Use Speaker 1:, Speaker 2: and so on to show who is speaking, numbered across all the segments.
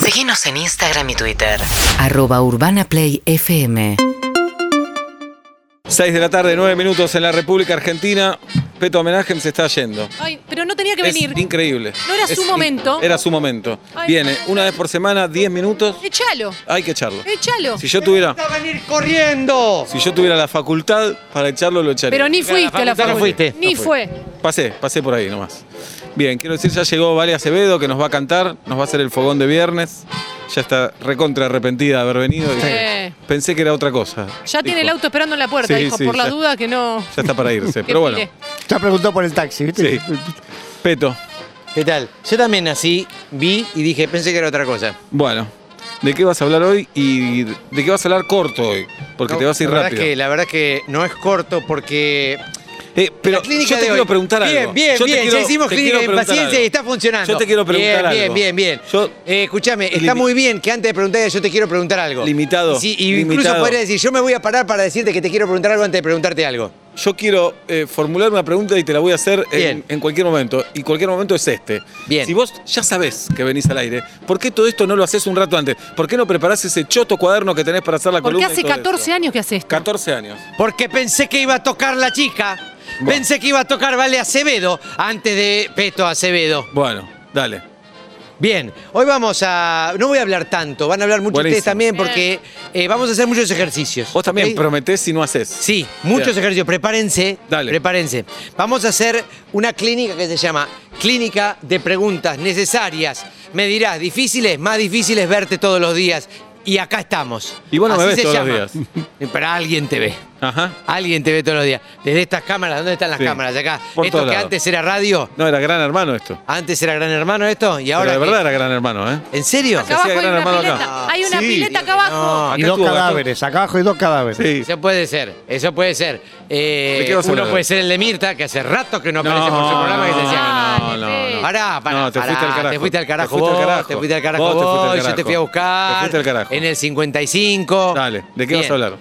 Speaker 1: Seguinos en Instagram y Twitter.
Speaker 2: Arroba Urbana Play FM.
Speaker 3: 6 de la tarde, 9 minutos en la República Argentina. Peto Homenaje se está yendo.
Speaker 4: Ay, pero no tenía que
Speaker 3: Es
Speaker 4: venir.
Speaker 3: increíble.
Speaker 4: No era su
Speaker 3: Es in-
Speaker 4: momento.
Speaker 3: Era su momento.
Speaker 4: Ay.
Speaker 3: Viene una vez por semana, 10 minutos.
Speaker 4: Échalo,
Speaker 3: Hay que echarlo.
Speaker 4: échalo.
Speaker 3: Si yo tuviera,
Speaker 5: a venir corriendo!
Speaker 3: si yo tuviera la facultad para echarlo, lo echaría.
Speaker 4: Pero ni fuiste a la
Speaker 5: facultad
Speaker 4: facultad.
Speaker 5: no fuiste.
Speaker 4: Ni
Speaker 3: No
Speaker 4: fue.
Speaker 3: fui. Pasé, pasé por ahí nomás. Bien, quiero decir, ya llegó Vale Acevedo que nos va a cantar, nos va a hacer el fogón de viernes. Ya está recontra arrepentida de haber venido. y-
Speaker 4: Sí.
Speaker 3: Pensé que era otra cosa.
Speaker 4: Eh, Ya tiene el
Speaker 3: Dijo,
Speaker 4: auto esperando en la puerta,
Speaker 3: Sí,
Speaker 4: dijo,
Speaker 3: sí,
Speaker 4: por la
Speaker 3: ya.
Speaker 4: duda que no.
Speaker 3: Ya está para irse.
Speaker 4: que
Speaker 3: Pero bueno,
Speaker 4: pire.
Speaker 5: Ya preguntó por el taxi,
Speaker 3: sí.
Speaker 5: ¿viste?
Speaker 3: Peto,
Speaker 5: ¿Qué tal? Yo también así vi y dije, pensé que era otra cosa.
Speaker 3: bueno, ¿de qué vas a hablar hoy y de qué vas a hablar corto hoy? Porque
Speaker 5: No,
Speaker 3: te vas a ir
Speaker 5: la verdad
Speaker 3: rápido.
Speaker 5: es que- la verdad es que no es corto porque.
Speaker 3: Eh, pero
Speaker 5: la clínica
Speaker 3: yo te
Speaker 5: de
Speaker 3: quiero
Speaker 5: hoy-
Speaker 3: preguntar
Speaker 5: bien,
Speaker 3: algo. Yo
Speaker 5: Bien,
Speaker 3: te
Speaker 5: bien,
Speaker 3: quiero-
Speaker 5: Ya hicimos
Speaker 3: te
Speaker 5: clínica
Speaker 3: quiero
Speaker 5: de
Speaker 3: preguntar
Speaker 5: paciencia
Speaker 3: algo.
Speaker 5: y está funcionando.
Speaker 3: Yo te quiero preguntar
Speaker 5: bien,
Speaker 3: algo.
Speaker 5: Bien, bien, bien.
Speaker 3: Yo-
Speaker 5: Eh, escuchame, está
Speaker 3: Limi-
Speaker 5: muy bien que antes de preguntar, yo te quiero preguntar algo.
Speaker 3: Limitado,
Speaker 5: Sí, y incluso
Speaker 3: limitado.
Speaker 5: podría decir, yo me voy a parar para decirte que te quiero preguntar algo antes de preguntarte algo.
Speaker 3: Yo quiero eh, formular una pregunta y te la voy a hacer en,
Speaker 5: Bien.
Speaker 3: en cualquier momento. Y cualquier momento es este.
Speaker 5: Bien.
Speaker 3: Si vos ya sabés que venís al aire, ¿por qué todo esto no lo haces un rato antes? ¿Por qué no preparás ese choto cuaderno que tenés para hacer la
Speaker 4: Porque
Speaker 3: columna? y
Speaker 4: hace
Speaker 3: todo
Speaker 4: 14
Speaker 3: esto?
Speaker 4: años que hace esto.
Speaker 3: 14 años.
Speaker 5: Porque pensé que iba a tocar la chica.
Speaker 3: Bueno.
Speaker 5: Pensé que iba a tocar Vale Acevedo antes de Peto Acevedo.
Speaker 3: Bueno, dale.
Speaker 5: Bien, hoy vamos a. No voy a hablar tanto, van a hablar mucho
Speaker 3: Buenísimo.
Speaker 5: ustedes también porque eh, vamos a hacer muchos ejercicios.
Speaker 3: Vos también
Speaker 5: ¿ok?
Speaker 3: prometés si no haces.
Speaker 5: Sí, muchos
Speaker 3: Bien.
Speaker 5: ejercicios. Prepárense.
Speaker 3: Dale.
Speaker 5: Prepárense. Vamos a hacer una clínica que se llama Clínica de Preguntas Necesarias. Me dirás, difíciles, más difíciles verte todos los días. Y acá estamos.
Speaker 3: Y vos no me
Speaker 5: Así
Speaker 3: ves
Speaker 5: se
Speaker 3: todos los
Speaker 5: llama. Eh, Pero alguien te ve.
Speaker 3: Ajá.
Speaker 5: Alguien te ve todos los días. Desde estas cámaras, ¿dónde están las
Speaker 3: Sí.
Speaker 5: cámaras? Acá.
Speaker 3: Por
Speaker 5: Esto
Speaker 3: todos
Speaker 5: que
Speaker 3: lados.
Speaker 5: antes era radio,
Speaker 3: No, era gran hermano esto.
Speaker 5: antes era Gran Hermano esto, y ahora.
Speaker 3: Pero de
Speaker 5: qué?
Speaker 3: verdad era gran hermano, ¿eh?
Speaker 5: ¿En serio?
Speaker 4: Acá
Speaker 3: hacía
Speaker 4: abajo hay
Speaker 3: gran
Speaker 4: una
Speaker 3: hermano acá.
Speaker 4: pileta. Hay una
Speaker 3: Sí.
Speaker 4: pileta acá abajo.
Speaker 5: No.
Speaker 3: Acá
Speaker 6: Y dos
Speaker 3: estuvo Gastón.
Speaker 6: cadáveres, acá abajo hay dos cadáveres.
Speaker 3: Sí.
Speaker 5: Eso puede ser, eso puede ser. Eh,
Speaker 3: ¿De qué vas a
Speaker 5: uno
Speaker 3: hablar?
Speaker 5: puede ser el de Mirta, que hace rato que no aparece por su programa y se llama.
Speaker 3: no, no,
Speaker 4: Dale,
Speaker 3: no.
Speaker 5: Pará, pará,
Speaker 3: No, te
Speaker 5: pará,
Speaker 3: fuiste al carajo.
Speaker 5: Te fuiste al carajo
Speaker 3: Te fuiste
Speaker 5: vos,
Speaker 3: al carajo.
Speaker 5: te fuiste al carajo
Speaker 3: Vos te fuiste al
Speaker 5: vos, yo te
Speaker 3: carajo.
Speaker 5: fui a buscar.
Speaker 3: Te fuiste al carajo.
Speaker 5: En el 55.
Speaker 3: Dale, ¿de qué vas a
Speaker 5: Bien.
Speaker 3: hablar?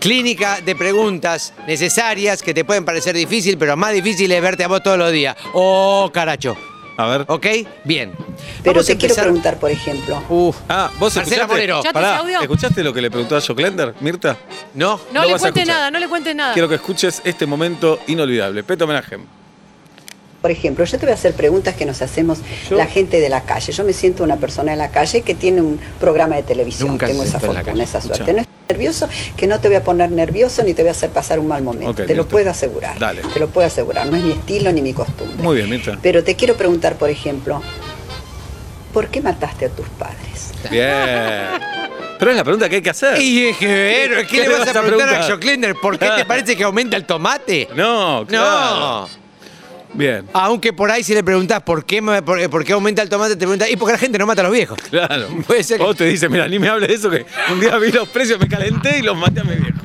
Speaker 5: Clínica de preguntas necesarias que te pueden parecer difícil, pero más difícil es verte a vos todos los días. Oh, caracho.
Speaker 3: A ver.
Speaker 5: ¿Ok? Bien.
Speaker 7: Pero
Speaker 5: Vamos a
Speaker 7: te quiero
Speaker 5: empezar-
Speaker 7: preguntar, por ejemplo,
Speaker 5: Uf.
Speaker 3: Ah, vos
Speaker 5: Marcela
Speaker 3: escuchaste.
Speaker 5: Morero.
Speaker 4: ¿Ya te
Speaker 3: Pará,
Speaker 4: audio?
Speaker 3: ¿Escuchaste lo que le preguntó a Joklender, Mirta?
Speaker 5: ¿No?
Speaker 4: No,
Speaker 3: No
Speaker 4: le
Speaker 3: vas a
Speaker 4: cuentes
Speaker 3: escuchar.
Speaker 4: nada, no le cuentes nada.
Speaker 3: Quiero que escuches este momento inolvidable. Peto homenaje.
Speaker 7: por ejemplo, yo te voy a hacer preguntas que nos hacemos la gente de la calle. Yo me siento una persona de la calle que tiene un programa de televisión.
Speaker 5: Nunca
Speaker 7: Tengo
Speaker 5: se
Speaker 7: esa
Speaker 5: está en la
Speaker 7: fortuna,
Speaker 5: calle.
Speaker 7: esa suerte. No estoy nervioso, que no te voy a poner nervioso ni te voy a hacer pasar un mal momento.
Speaker 3: Ok,
Speaker 7: te lo
Speaker 3: listo.
Speaker 7: puedo asegurar.
Speaker 3: Dale.
Speaker 7: Te lo puedo asegurar. No es mi estilo ni mi costumbre.
Speaker 3: Muy bien, Mirta.
Speaker 7: Pero te quiero preguntar, por ejemplo, ¿por qué mataste a tus padres?
Speaker 3: Bien. Pero es la pregunta que hay que hacer.
Speaker 5: Y es que, pero, ¿qué, le vas a preguntar a Joklender? ¿Por qué te parece que aumenta el tomate?
Speaker 3: No, claro.
Speaker 5: No.
Speaker 3: Bien.
Speaker 5: Aunque por ahí si le preguntás por qué, me- por, por qué aumenta el tomate, te preguntás, y porque la gente no mata a los viejos.
Speaker 3: Claro.
Speaker 5: Puede ser que-
Speaker 3: Vos te dices, mira, ni me hables de eso que un día vi los precios, me calenté y los maté a mi viejo.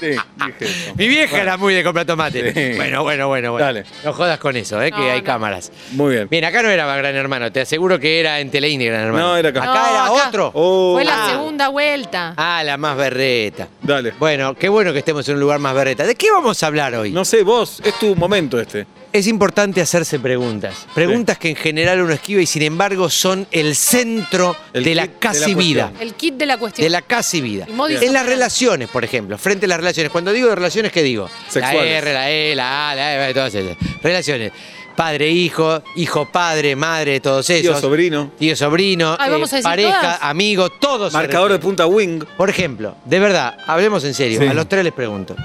Speaker 3: Sí, dije eso.
Speaker 5: Mi vieja era muy de comprar tomate.
Speaker 3: Sí.
Speaker 5: Bueno, bueno, bueno, bueno.
Speaker 3: Dale.
Speaker 5: No jodas con eso, eh, que
Speaker 4: No,
Speaker 5: hay
Speaker 4: no.
Speaker 5: cámaras.
Speaker 3: Muy bien.
Speaker 5: Bien, acá no era Gran Hermano, te aseguro que era en Teleine Gran Hermano.
Speaker 3: No, era acá.
Speaker 4: No,
Speaker 5: era
Speaker 4: acá.
Speaker 5: otro.
Speaker 3: Oh.
Speaker 4: Fue la
Speaker 5: Ah.
Speaker 4: segunda vuelta.
Speaker 5: Ah, la más berreta.
Speaker 3: Dale.
Speaker 5: Bueno, qué bueno que estemos en un lugar más berreta. ¿De qué vamos a hablar hoy?
Speaker 3: No sé, vos, es tu momento este.
Speaker 5: Es importante hacerse preguntas. Preguntas que en general uno esquiva y sin embargo son el centro
Speaker 3: El
Speaker 5: de la
Speaker 3: kit de la
Speaker 5: casi vida.
Speaker 3: cuestión.
Speaker 4: El kit de la cuestión.
Speaker 5: De la casi vida.
Speaker 4: Y modis
Speaker 5: En las
Speaker 4: operandi.
Speaker 5: relaciones, por ejemplo, frente a las relaciones. Cuando digo de relaciones, ¿qué digo?
Speaker 3: Sexuales.
Speaker 5: La R, la E, la A, la E, todas esas. Relaciones. Padre, hijo, hijo, padre, madre, todos esos.
Speaker 3: Tío, sobrino.
Speaker 5: Tío, sobrino,
Speaker 4: Ay, vamos a decir
Speaker 5: pareja,
Speaker 4: todas.
Speaker 5: amigo, todos. se
Speaker 3: Marcador de
Speaker 5: refieren.
Speaker 3: punta wing.
Speaker 5: Por ejemplo, de verdad, hablemos en serio.
Speaker 3: Sí.
Speaker 5: A los tres les pregunto.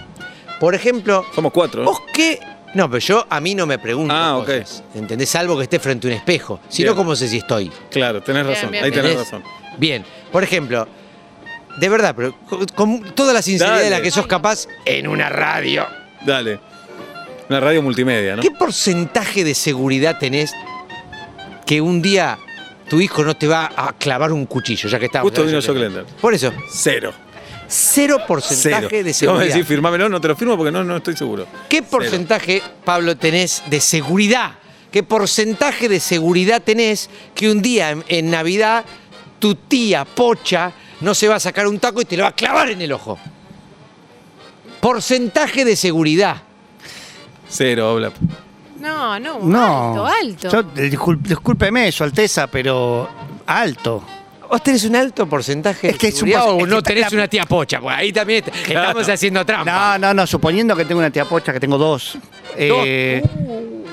Speaker 5: Por ejemplo,
Speaker 3: Somos cuatro. ¿eh?
Speaker 5: ¿Vos qué? No, pero yo a mí no me pregunto
Speaker 3: Ah, ok.
Speaker 5: cosas. ¿Entendés? Salvo que esté frente a un espejo. Si
Speaker 3: Bien.
Speaker 5: no, ¿cómo sé si estoy?
Speaker 3: Claro, tenés
Speaker 4: Bien,
Speaker 3: razón.
Speaker 4: bien,
Speaker 3: Ahí tenés
Speaker 5: ¿Entendés?
Speaker 3: razón.
Speaker 5: Bien. Por ejemplo, de verdad, pero con, con toda la sinceridad
Speaker 3: Dale.
Speaker 5: de la que sos capaz en una radio.
Speaker 3: Dale. Una radio multimedia, ¿no?
Speaker 5: ¿Qué porcentaje de seguridad tenés que un día tu hijo no te va a clavar un cuchillo, ya que está.
Speaker 3: Justo vino Jock Lender.
Speaker 5: Por eso,
Speaker 3: Cero.
Speaker 5: cero
Speaker 3: Cero.
Speaker 5: porcentaje de
Speaker 3: Si vos me
Speaker 5: seguridad.
Speaker 3: decís, firmámelo, no te lo firmo porque no, no estoy seguro.
Speaker 5: ¿Qué
Speaker 3: Cero.
Speaker 5: porcentaje, Pablo, tenés de seguridad? ¿Qué porcentaje de seguridad tenés que un día en, en Navidad tu tía Pocha no se va a sacar un taco y te lo va a clavar en el ojo? Porcentaje de seguridad.
Speaker 3: Cero, Oblap.
Speaker 4: No, no,
Speaker 6: No.
Speaker 4: alto, alto.
Speaker 6: Yo, eh, discul- discúlpeme, su Alteza, pero alto.
Speaker 5: ¿Vos tenés un alto porcentaje de
Speaker 6: Es que es un
Speaker 5: seguridad
Speaker 6: porce-
Speaker 5: o
Speaker 6: es que
Speaker 5: no
Speaker 6: está-
Speaker 5: tenés
Speaker 6: la-
Speaker 5: una tía pocha? Pues ahí también est- estamos haciendo trampa.
Speaker 6: No, no, no, suponiendo que tengo una tía pocha, que tengo dos. Eh,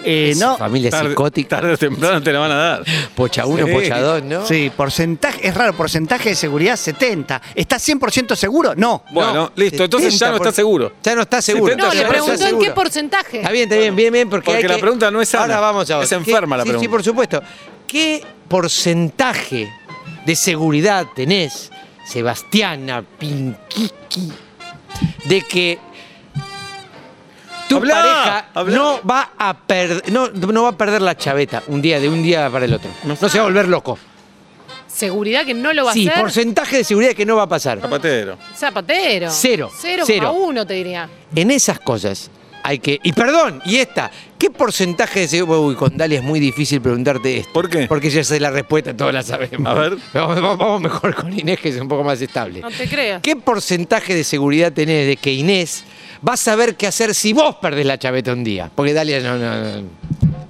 Speaker 6: eh, no,
Speaker 5: Familia
Speaker 3: Tarde-
Speaker 5: psicótica.
Speaker 3: Tarde o temprano te la van a dar.
Speaker 5: Pocha 1,
Speaker 3: Sí.
Speaker 5: pocha 2, ¿no?
Speaker 6: sí, porcentaje, es raro, porcentaje de seguridad 70. ¿Estás 100% seguro? No.
Speaker 3: Bueno, listo, entonces ya no
Speaker 5: 70%.
Speaker 3: estás seguro.
Speaker 5: Ya no está seguro.
Speaker 3: No,
Speaker 4: No,
Speaker 3: Entonces,
Speaker 4: le
Speaker 3: no
Speaker 4: preguntó
Speaker 3: estás
Speaker 4: en qué porcentaje.
Speaker 5: Está bien, está bien, bien, bien, porque,
Speaker 3: Porque
Speaker 5: hay
Speaker 3: la
Speaker 5: que-
Speaker 3: pregunta no es sana,
Speaker 5: Ahora vamos a
Speaker 3: es enferma la
Speaker 5: Sí, Sí,
Speaker 3: pregunta.
Speaker 5: por supuesto. ¿Qué porcentaje de seguridad tenés, Sebastiana Pinquiqui, de que tu
Speaker 3: Hablá,
Speaker 5: pareja
Speaker 3: hablá.
Speaker 5: no va a perder no, no va a perder la chaveta un día de un día para el otro? No se va a volver loco.
Speaker 4: Seguridad que no lo va
Speaker 5: Sí,
Speaker 4: a hacer.
Speaker 5: porcentaje de seguridad que no va a pasar.
Speaker 3: Zapatero.
Speaker 4: Zapatero.
Speaker 5: Cero,
Speaker 4: Cero,
Speaker 5: cero.
Speaker 4: coma uno te diría.
Speaker 5: En esas cosas hay que. Y perdón, y esta, ¿qué porcentaje de seguridad? Uy, con Dalia es muy difícil preguntarte esto.
Speaker 3: ¿Por qué?
Speaker 5: Porque ya sé la respuesta, todos la sabemos.
Speaker 3: A ver.
Speaker 5: Vamos, vamos- vamos mejor con Inés, que es un poco más estable.
Speaker 4: No te creo.
Speaker 5: ¿Qué porcentaje de seguridad tenés de que Inés va a saber qué hacer si vos perdés la chaveta un día? Porque Dalia no. no, no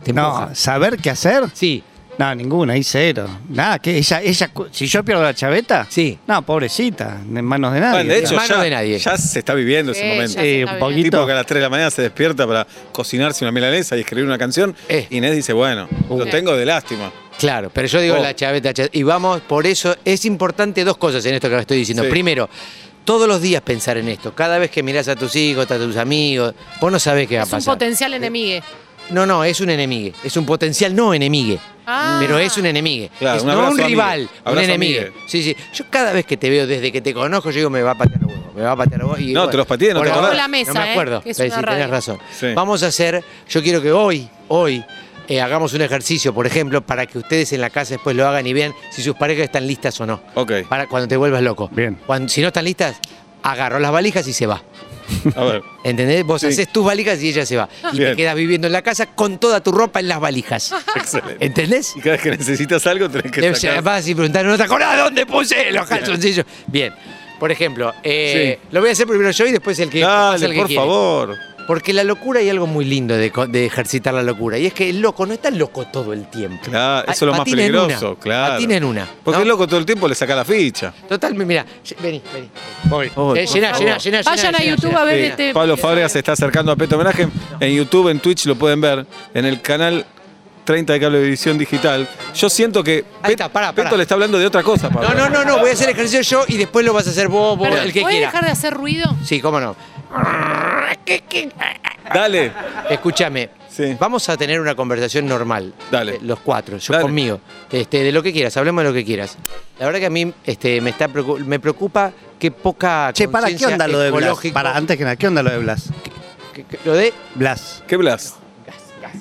Speaker 5: te empuja.
Speaker 6: No, ¿saber qué hacer?
Speaker 5: Sí.
Speaker 6: No, ninguna, ahí cero. Nada, que ella, ella, cu- si yo pierdo la chaveta,
Speaker 5: Sí.
Speaker 6: no, pobrecita, en manos de nadie.
Speaker 3: Bueno, de hecho,
Speaker 5: Mano
Speaker 3: ya,
Speaker 5: de nadie.
Speaker 3: ya se está viviendo
Speaker 4: Sí,
Speaker 3: ese momento.
Speaker 4: ya se
Speaker 6: Eh,
Speaker 4: está
Speaker 6: un
Speaker 4: bien.
Speaker 3: El tipo
Speaker 6: poquito.
Speaker 3: que a las 3 de la mañana se despierta para cocinarse una milanesa y escribir una canción.
Speaker 5: Eh. Uh.
Speaker 3: Inés dice, bueno, lo
Speaker 4: Sí.
Speaker 3: tengo de lástima.
Speaker 5: Claro, pero yo digo
Speaker 3: Oh.
Speaker 5: la chaveta, cha- Y vamos, por eso es importante dos cosas en esto que estoy diciendo.
Speaker 3: Sí.
Speaker 5: Primero, todos los días pensar en esto. Cada vez que mirás a tus hijos, a tus amigos, vos no sabés qué va a
Speaker 4: Es un
Speaker 5: pasar.
Speaker 4: potencial
Speaker 3: Eh,
Speaker 4: enemigo.
Speaker 5: no, no, es un enemigo. Es un potencial no enemigo.
Speaker 4: Ah.
Speaker 5: Pero es un enemigo.
Speaker 3: Claro,
Speaker 5: es
Speaker 3: un
Speaker 5: no
Speaker 3: abrazo
Speaker 5: un
Speaker 3: amigo.
Speaker 5: rival, un
Speaker 3: Abrazo
Speaker 5: enemigo.
Speaker 3: amigo.
Speaker 5: Sí, sí. Yo cada vez que te veo desde que te conozco, yo digo, me va a patear los huevos, me va a patear los huevos. Y,
Speaker 3: No, te los pateé, no
Speaker 5: por
Speaker 3: te
Speaker 5: ahora
Speaker 3: acordás.
Speaker 4: La mesa,
Speaker 5: no me
Speaker 4: ¿eh?
Speaker 5: acuerdo.
Speaker 4: Que es
Speaker 5: Sí,
Speaker 4: una
Speaker 5: tenés
Speaker 4: radio.
Speaker 5: razón.
Speaker 3: Sí.
Speaker 5: Vamos a hacer, yo quiero que hoy, hoy, eh, hagamos un ejercicio, por ejemplo, para que ustedes en la casa después lo hagan y vean si sus parejas están listas o no.
Speaker 3: Ok.
Speaker 5: Para cuando te vuelvas loco.
Speaker 6: Bien.
Speaker 5: Cuando- si no están listas, agarro las valijas y se va.
Speaker 3: A ver.
Speaker 5: ¿Entendés? Vos
Speaker 3: Sí.
Speaker 5: haces tus valijas y ella se va. Y
Speaker 3: Bien.
Speaker 5: te quedas viviendo en la casa con toda tu ropa en las valijas.
Speaker 3: Excelente.
Speaker 5: ¿Entendés?
Speaker 3: Y cada vez que necesitas algo tenés que
Speaker 5: Debe ser
Speaker 3: sacar.
Speaker 5: capaz y preguntar, no te acordás dónde puse los calzoncillos. Bien. Por ejemplo, eh, lo voy a hacer primero yo y después el que después el
Speaker 3: Dale,
Speaker 5: que
Speaker 3: por
Speaker 5: quiere.
Speaker 3: favor.
Speaker 5: Porque la locura hay algo muy lindo de, co- de ejercitar la locura. Y es que el loco no está loco todo el tiempo.
Speaker 3: Claro,
Speaker 5: Ah,
Speaker 3: eso es lo más
Speaker 5: patina en una,
Speaker 3: peligroso, claro.
Speaker 5: Patina en una.
Speaker 3: Porque
Speaker 5: ¿no?
Speaker 3: el loco todo el tiempo le saca la ficha.
Speaker 5: Totalmente, mira, vení, vení.
Speaker 3: Voy.
Speaker 5: Eh, llená, llená, llená,
Speaker 4: Vayan
Speaker 5: llená,
Speaker 4: a
Speaker 5: llená,
Speaker 4: YouTube
Speaker 5: llená.
Speaker 4: a ver
Speaker 3: Sí.
Speaker 4: este.
Speaker 3: Eh, Pablo Fábregas se está acercando a Peto Homenaje. En YouTube, en Twitch lo pueden ver. En el canal 30 de Cablevisión Digital. Yo siento que
Speaker 5: Ahí está, pará, pará.
Speaker 3: Peto le está hablando de otra cosa, Pablo.
Speaker 5: No, no, no, no, voy a hacer ejercicio yo y después lo vas a hacer vos, vos,
Speaker 4: Perdón,
Speaker 5: el que
Speaker 4: ¿puede
Speaker 5: quiera.
Speaker 4: dejar de hacer ruido?
Speaker 5: Sí, cómo no.
Speaker 3: Dale.
Speaker 5: Escúchame,
Speaker 3: Sí.
Speaker 5: vamos a tener una conversación normal.
Speaker 3: Dale.
Speaker 5: eh, Los cuatro, yo
Speaker 3: Dale.
Speaker 5: conmigo. Este, de lo que quieras, hablemos de lo que quieras. La verdad que a mí este, me, está preocu- me preocupa que poca
Speaker 6: Che, para, ¿qué
Speaker 5: conciencia
Speaker 6: onda lo de Blas?
Speaker 5: ecológica-
Speaker 6: Para, antes que nada, ¿qué onda lo de Blas?
Speaker 5: que- que- lo de...
Speaker 6: Blas.
Speaker 3: ¿Qué Blas?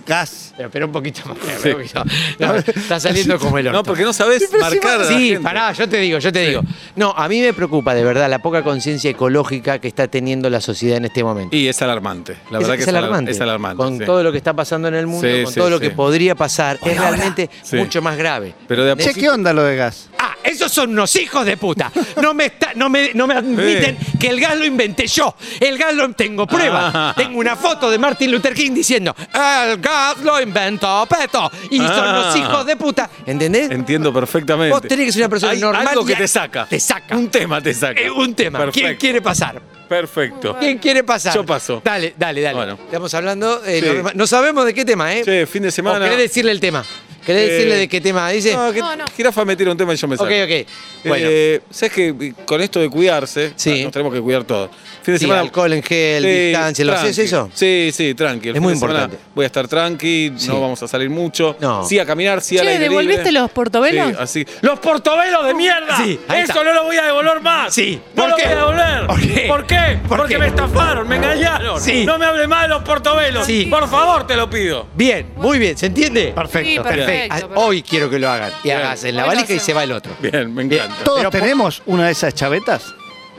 Speaker 6: Gas.
Speaker 5: Pero, pero un poquito más. pero un poquito. No, está saliendo como el orto.
Speaker 3: No, porque no sabes marcar. a la
Speaker 5: Sí,
Speaker 3: gente.
Speaker 5: pará, yo te digo, yo te digo. No, a mí me preocupa de verdad la poca conciencia ecológica que está teniendo la sociedad en este momento.
Speaker 3: Y es alarmante. La verdad que
Speaker 5: es alarmante.
Speaker 3: Es alarmante.
Speaker 5: Con
Speaker 3: sí.
Speaker 5: todo lo que está pasando en el mundo,
Speaker 3: Sí,
Speaker 5: con
Speaker 3: sí,
Speaker 5: todo lo
Speaker 3: sí.
Speaker 5: que podría pasar, es realmente
Speaker 3: Sí.
Speaker 5: mucho más grave.
Speaker 3: Pero de a
Speaker 6: Che,
Speaker 3: poco.
Speaker 6: ¿qué onda lo de gas?
Speaker 5: Ah, esos son unos hijos de puta. No me, está- no me, no me admiten que el gas lo inventé yo. El gas lo tengo prueba.
Speaker 3: Ah.
Speaker 5: Tengo una foto de Martin Luther King diciendo, el gas lo inventó Peto. Y son
Speaker 3: Ah.
Speaker 5: unos hijos de puta. ¿Entendés?
Speaker 3: Entiendo perfectamente.
Speaker 5: Vos tenés que ser una persona
Speaker 3: Hay
Speaker 5: normal
Speaker 3: Algo
Speaker 5: y
Speaker 3: que
Speaker 5: a-
Speaker 3: te saca.
Speaker 5: te saca.
Speaker 3: Un tema te saca.
Speaker 5: Eh, un tema. ¿Quién
Speaker 3: Perfecto.
Speaker 5: quiere pasar?
Speaker 3: Perfecto.
Speaker 5: ¿Quién quiere pasar?
Speaker 3: Yo paso.
Speaker 5: Dale, dale, dale.
Speaker 3: Bueno.
Speaker 5: Estamos hablando. eh,
Speaker 3: Sí.
Speaker 5: norma- no sabemos de qué tema, ¿eh?
Speaker 3: Che, fin de semana.
Speaker 5: ¿O querés decirle el tema? ¿Querés
Speaker 3: Eh,
Speaker 5: decirle de qué tema dice?
Speaker 3: No, que
Speaker 4: No, no.
Speaker 3: Jirafa me tira un tema y yo me saco.
Speaker 5: ok, ok. Bueno,
Speaker 3: Eh, ¿Sabes que con esto de cuidarse,
Speaker 5: Sí.
Speaker 3: ah, nos tenemos que cuidar todos? Fin de
Speaker 5: Sí,
Speaker 3: semana.
Speaker 5: alcohol en gel, distancia, ¿lo
Speaker 3: tranqui.
Speaker 5: haces eso?
Speaker 3: Sí, sí, tranqui. El
Speaker 5: Es
Speaker 3: fin
Speaker 5: muy
Speaker 3: de semana
Speaker 5: importante.
Speaker 3: Voy a estar tranqui,
Speaker 5: Sí.
Speaker 3: no vamos a salir mucho.
Speaker 5: No.
Speaker 3: Sí, a caminar, sí, a
Speaker 4: Che,
Speaker 3: la
Speaker 4: ¿devolviste los portobelos? Uh,
Speaker 3: Sí, así. ¡Los portobelos de mierda!
Speaker 5: Sí, ahí
Speaker 3: ¡Eso
Speaker 5: está.
Speaker 3: no lo voy a devolver más!
Speaker 5: Sí.
Speaker 3: ¡No
Speaker 5: ¿Por
Speaker 3: lo
Speaker 5: qué?
Speaker 3: voy a devolver!
Speaker 5: ¿Por qué?
Speaker 3: ¿Por qué?
Speaker 5: ¿Por
Speaker 3: Porque
Speaker 5: qué?
Speaker 3: me estafaron, me engañaron.
Speaker 5: Sí.
Speaker 3: No me hable más de los portobelos.
Speaker 5: Sí.
Speaker 3: Por favor, te lo pido.
Speaker 5: bien, muy bien, ¿se entiende?
Speaker 6: Perfecto.
Speaker 4: Sí, perfecto.
Speaker 5: Ah,
Speaker 4: perfecto.
Speaker 5: Hoy quiero que lo hagan. Y
Speaker 3: Bien.
Speaker 5: hagas en la
Speaker 4: Hoy lo
Speaker 5: valija y
Speaker 4: hacemos.
Speaker 5: se va el otro.
Speaker 3: Bien, me
Speaker 5: Bien.
Speaker 3: encanta.
Speaker 6: ¿Todos
Speaker 5: Pero por-
Speaker 6: tenemos una de esas chavetas?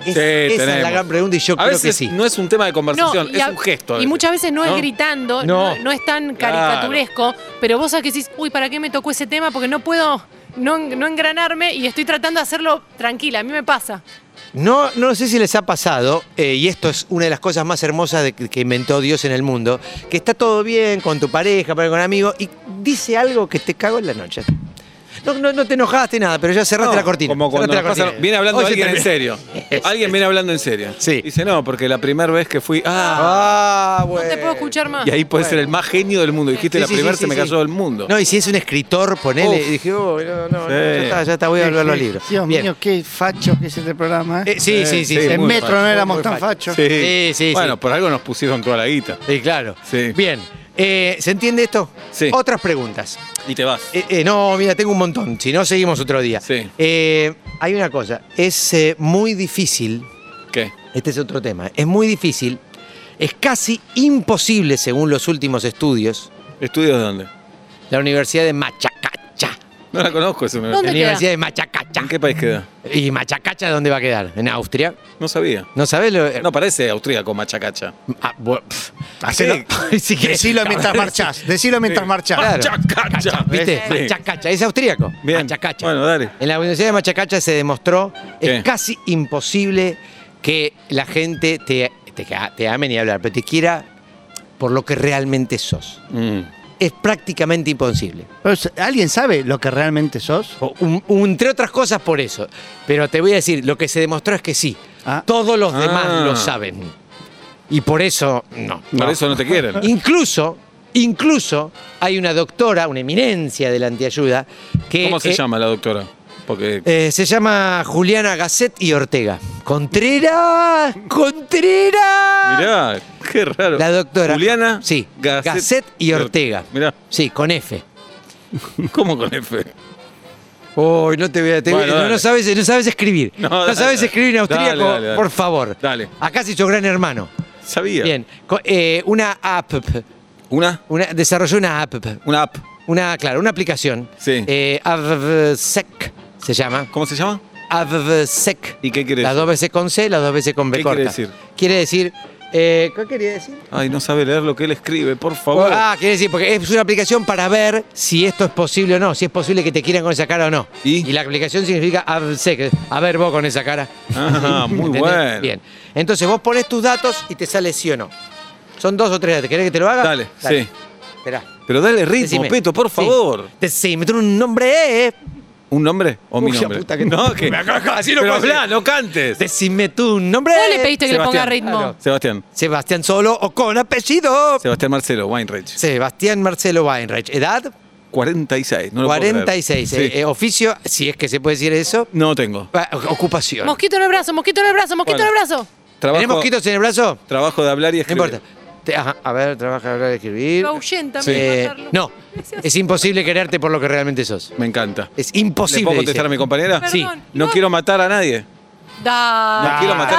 Speaker 5: Es-
Speaker 3: Sí,
Speaker 5: esa es
Speaker 3: tenemos.
Speaker 5: la gran pregunta y yo
Speaker 3: a
Speaker 5: creo
Speaker 3: veces
Speaker 5: que sí.
Speaker 3: No es un tema de
Speaker 4: No,
Speaker 3: conversación,
Speaker 4: y
Speaker 3: es
Speaker 4: a-
Speaker 3: un gesto. eh. a
Speaker 4: Y muchas veces no, es gritando,
Speaker 5: No.
Speaker 4: no, no es tan
Speaker 3: Claro.
Speaker 4: caricaturesco, pero vos sabés que decís, uy, ¿para qué me tocó ese tema? Porque no puedo no, en- no engranarme y estoy tratando de hacerlo tranquila, a mí me pasa.
Speaker 5: No, no sé si les ha pasado, eh, y esto es una de las cosas más hermosas de que que inventó Dios en el mundo, que está todo bien con tu pareja, pero con amigos, y dice algo que te cago en la noche. No, no, no te enojaste nada, pero ya cerraste
Speaker 3: No,
Speaker 5: la cortina.
Speaker 3: Como cuando
Speaker 5: cerraste la
Speaker 3: nos pasa-
Speaker 5: cortina.
Speaker 3: viene hablando
Speaker 5: Hoy se
Speaker 3: alguien en
Speaker 5: termina.
Speaker 3: serio. Alguien viene hablando en serio.
Speaker 5: Sí.
Speaker 3: Dice, no, porque la primera vez que fui. Ah,
Speaker 5: Ah,
Speaker 4: No
Speaker 5: bueno.
Speaker 4: te puedo escuchar más.
Speaker 3: Eh, y ahí puede ser el más genio del mundo. Dijiste,
Speaker 5: Sí,
Speaker 3: la
Speaker 5: sí,
Speaker 3: primera
Speaker 5: sí,
Speaker 3: se
Speaker 5: sí,
Speaker 3: me
Speaker 5: sí.
Speaker 3: cayó del mundo.
Speaker 5: No, y si es un escritor, ponele.
Speaker 3: Uf.
Speaker 5: Y dije, oh, no, no,
Speaker 3: Sí.
Speaker 5: ya está, ya está, voy a volver los libros.
Speaker 6: Dios
Speaker 5: Bien.
Speaker 6: mío, qué facho que es este programa. ¿eh?
Speaker 5: Eh, sí, sí, sí,
Speaker 3: Eh,
Speaker 5: sí.
Speaker 3: sí,
Speaker 6: en
Speaker 3: muy
Speaker 6: Metro
Speaker 3: facho,
Speaker 6: no
Speaker 5: muy
Speaker 6: éramos tan
Speaker 5: facho.
Speaker 6: fachos.
Speaker 3: Sí.
Speaker 5: Sí, sí,
Speaker 3: Bueno,
Speaker 5: sí.
Speaker 3: por algo nos pusieron toda la guita.
Speaker 5: Sí, claro.
Speaker 3: Sí.
Speaker 5: Bien. Eh, ¿Se entiende esto?
Speaker 3: Sí.
Speaker 5: Otras preguntas.
Speaker 3: Y te vas.
Speaker 5: Eh, eh, no, mira, tengo un montón. Si no, seguimos otro día.
Speaker 3: Sí.
Speaker 5: Eh, hay una cosa. Es eh, muy difícil.
Speaker 3: ¿Qué?
Speaker 5: Este es otro tema. Es muy difícil. Es casi imposible, según los últimos estudios,
Speaker 3: ¿Estudios de dónde?
Speaker 5: la Universidad de Machacacha.
Speaker 3: No la conozco esa
Speaker 5: La
Speaker 3: universidad.
Speaker 4: ¿Dónde queda?
Speaker 5: Universidad de Machacacha.
Speaker 3: ¿En qué país queda?
Speaker 5: ¿Y Machacacha dónde va a quedar? ¿En Austria?
Speaker 3: No sabía.
Speaker 5: ¿No sabés lo.?
Speaker 3: No parece austríaco, machacacha.
Speaker 5: Ah, bu- pf,
Speaker 6: Hacelo-
Speaker 5: sí que-
Speaker 6: Decilo mientras marchás. Decilo mientras marchás.
Speaker 5: Claro.
Speaker 3: Machacacha.
Speaker 5: ¿Viste?
Speaker 3: Sí.
Speaker 5: Machacacha, es austríaco.
Speaker 3: Bien.
Speaker 5: Machacacha.
Speaker 3: Bueno, dale.
Speaker 5: En la Universidad de Machacacha se demostró
Speaker 3: ¿Qué?
Speaker 5: es casi imposible que la gente te, te, te ame ni hablar, pero te quiera por lo que realmente sos.
Speaker 3: Mm.
Speaker 5: Es prácticamente imposible.
Speaker 6: Pero, ¿Alguien sabe lo que realmente sos?
Speaker 5: O- un- un- entre otras cosas por eso. Pero te voy a decir, lo que se demostró es que sí.
Speaker 6: Ah.
Speaker 5: Todos los demás
Speaker 3: Ah.
Speaker 5: lo saben. Y por eso, no.
Speaker 3: Por eso no te quieren.
Speaker 5: Incluso, incluso hay una doctora, una eminencia de la antiayuda, que...
Speaker 3: ¿Cómo se
Speaker 5: eh,
Speaker 3: llama la doctora? Porque.
Speaker 5: eh, se llama Juliana Gasset y Ortega. Contreras, Contreras.
Speaker 3: Mirá, qué raro.
Speaker 5: La doctora.
Speaker 3: Juliana.
Speaker 5: Sí. Gasset y Ortega.
Speaker 3: Mirá,
Speaker 5: Sí, con F.
Speaker 3: ¿cómo con F?
Speaker 5: Uy, no te voy a... te voy a-
Speaker 3: Bueno,
Speaker 5: no,
Speaker 3: dale.
Speaker 5: no sabes, no sabes escribir. No,
Speaker 3: No, dale,
Speaker 5: sabes
Speaker 3: dale.
Speaker 5: escribir en austríaco,
Speaker 3: Dale, dale, dale.
Speaker 5: por favor.
Speaker 3: Dale.
Speaker 5: Acá se hizo gran hermano.
Speaker 3: Sabía.
Speaker 5: Bien. Co- eh, una app.
Speaker 3: Una,
Speaker 5: Una, desarrolló una app.
Speaker 3: una app.
Speaker 5: Una, claro, una aplicación.
Speaker 3: Sí.
Speaker 5: Eh, AvSec se llama.
Speaker 3: ¿Cómo se llama?
Speaker 5: AvSec.
Speaker 3: ¿Y qué quiere
Speaker 5: Las
Speaker 3: decir?
Speaker 5: dos veces con C, las dos veces con B
Speaker 3: ¿Qué
Speaker 5: corta.
Speaker 3: quiere decir?
Speaker 5: Quiere decir. eh, ¿Qué quería decir?
Speaker 3: Ay, no sabe leer lo que él escribe, por favor.
Speaker 5: Ah, quiere decir, porque es una aplicación para ver si esto es posible o no, si es posible que te quieran con esa cara o no.
Speaker 3: ¿Y?
Speaker 5: la aplicación significa AvSec, a ver vos con esa cara.
Speaker 3: Ah, muy
Speaker 5: ¿Entendés?
Speaker 3: bueno.
Speaker 5: Bien. Entonces vos pones tus datos y te sale sí o no. Son dos o tres datos. ¿Querés que te lo haga?
Speaker 3: Dale, sí.
Speaker 5: Esperá.
Speaker 3: Pero dale ritmo,
Speaker 5: Decime.
Speaker 3: Peto, por
Speaker 5: Sí.
Speaker 3: favor.
Speaker 5: Decime, tú un nombre. eh.
Speaker 3: ¿Un nombre o mi
Speaker 5: Uy, la
Speaker 3: nombre?
Speaker 5: puta que-
Speaker 3: No, que.
Speaker 5: así no
Speaker 3: Pero
Speaker 5: puedo
Speaker 3: hablá, no cantes.
Speaker 5: Decime tú un nombre.
Speaker 4: ¿Vos le pediste que le ponga
Speaker 3: Sebastián.
Speaker 4: ritmo?
Speaker 5: Claro.
Speaker 3: Sebastián.
Speaker 5: Sebastián solo o con apellido.
Speaker 3: Sebastián Marcelo, Weinreich.
Speaker 5: Sebastián Marcelo Weinreich. Edad
Speaker 3: 46. No lo puedo creer.
Speaker 5: 46.
Speaker 3: Sí.
Speaker 5: Eh, eh, oficio, si es que se puede decir eso.
Speaker 3: No tengo.
Speaker 5: Ah, o- Ocupación.
Speaker 4: Mosquito en el brazo, mosquito en el brazo, mosquito
Speaker 3: Bueno.
Speaker 4: en el brazo.
Speaker 5: ¿Tenés
Speaker 3: Trabajo,
Speaker 5: mosquitos en el brazo?
Speaker 3: trabajo de hablar y
Speaker 5: No
Speaker 3: escribir.
Speaker 5: importa. Te- ajá, a ver, trabaja, hablar, escribir.
Speaker 4: Lo ahuyenta,
Speaker 3: Sí.
Speaker 4: me va a
Speaker 5: Eh,
Speaker 4: matarlo.
Speaker 5: no, es imposible quererte por lo que realmente sos.
Speaker 3: Me encanta.
Speaker 5: Es imposible.
Speaker 3: ¿Le puedo
Speaker 5: dice.
Speaker 3: contestar a mi compañera?
Speaker 4: Perdón,
Speaker 5: Sí.
Speaker 3: No quiero matar a nadie.
Speaker 4: Dale.
Speaker 3: No quiero matar a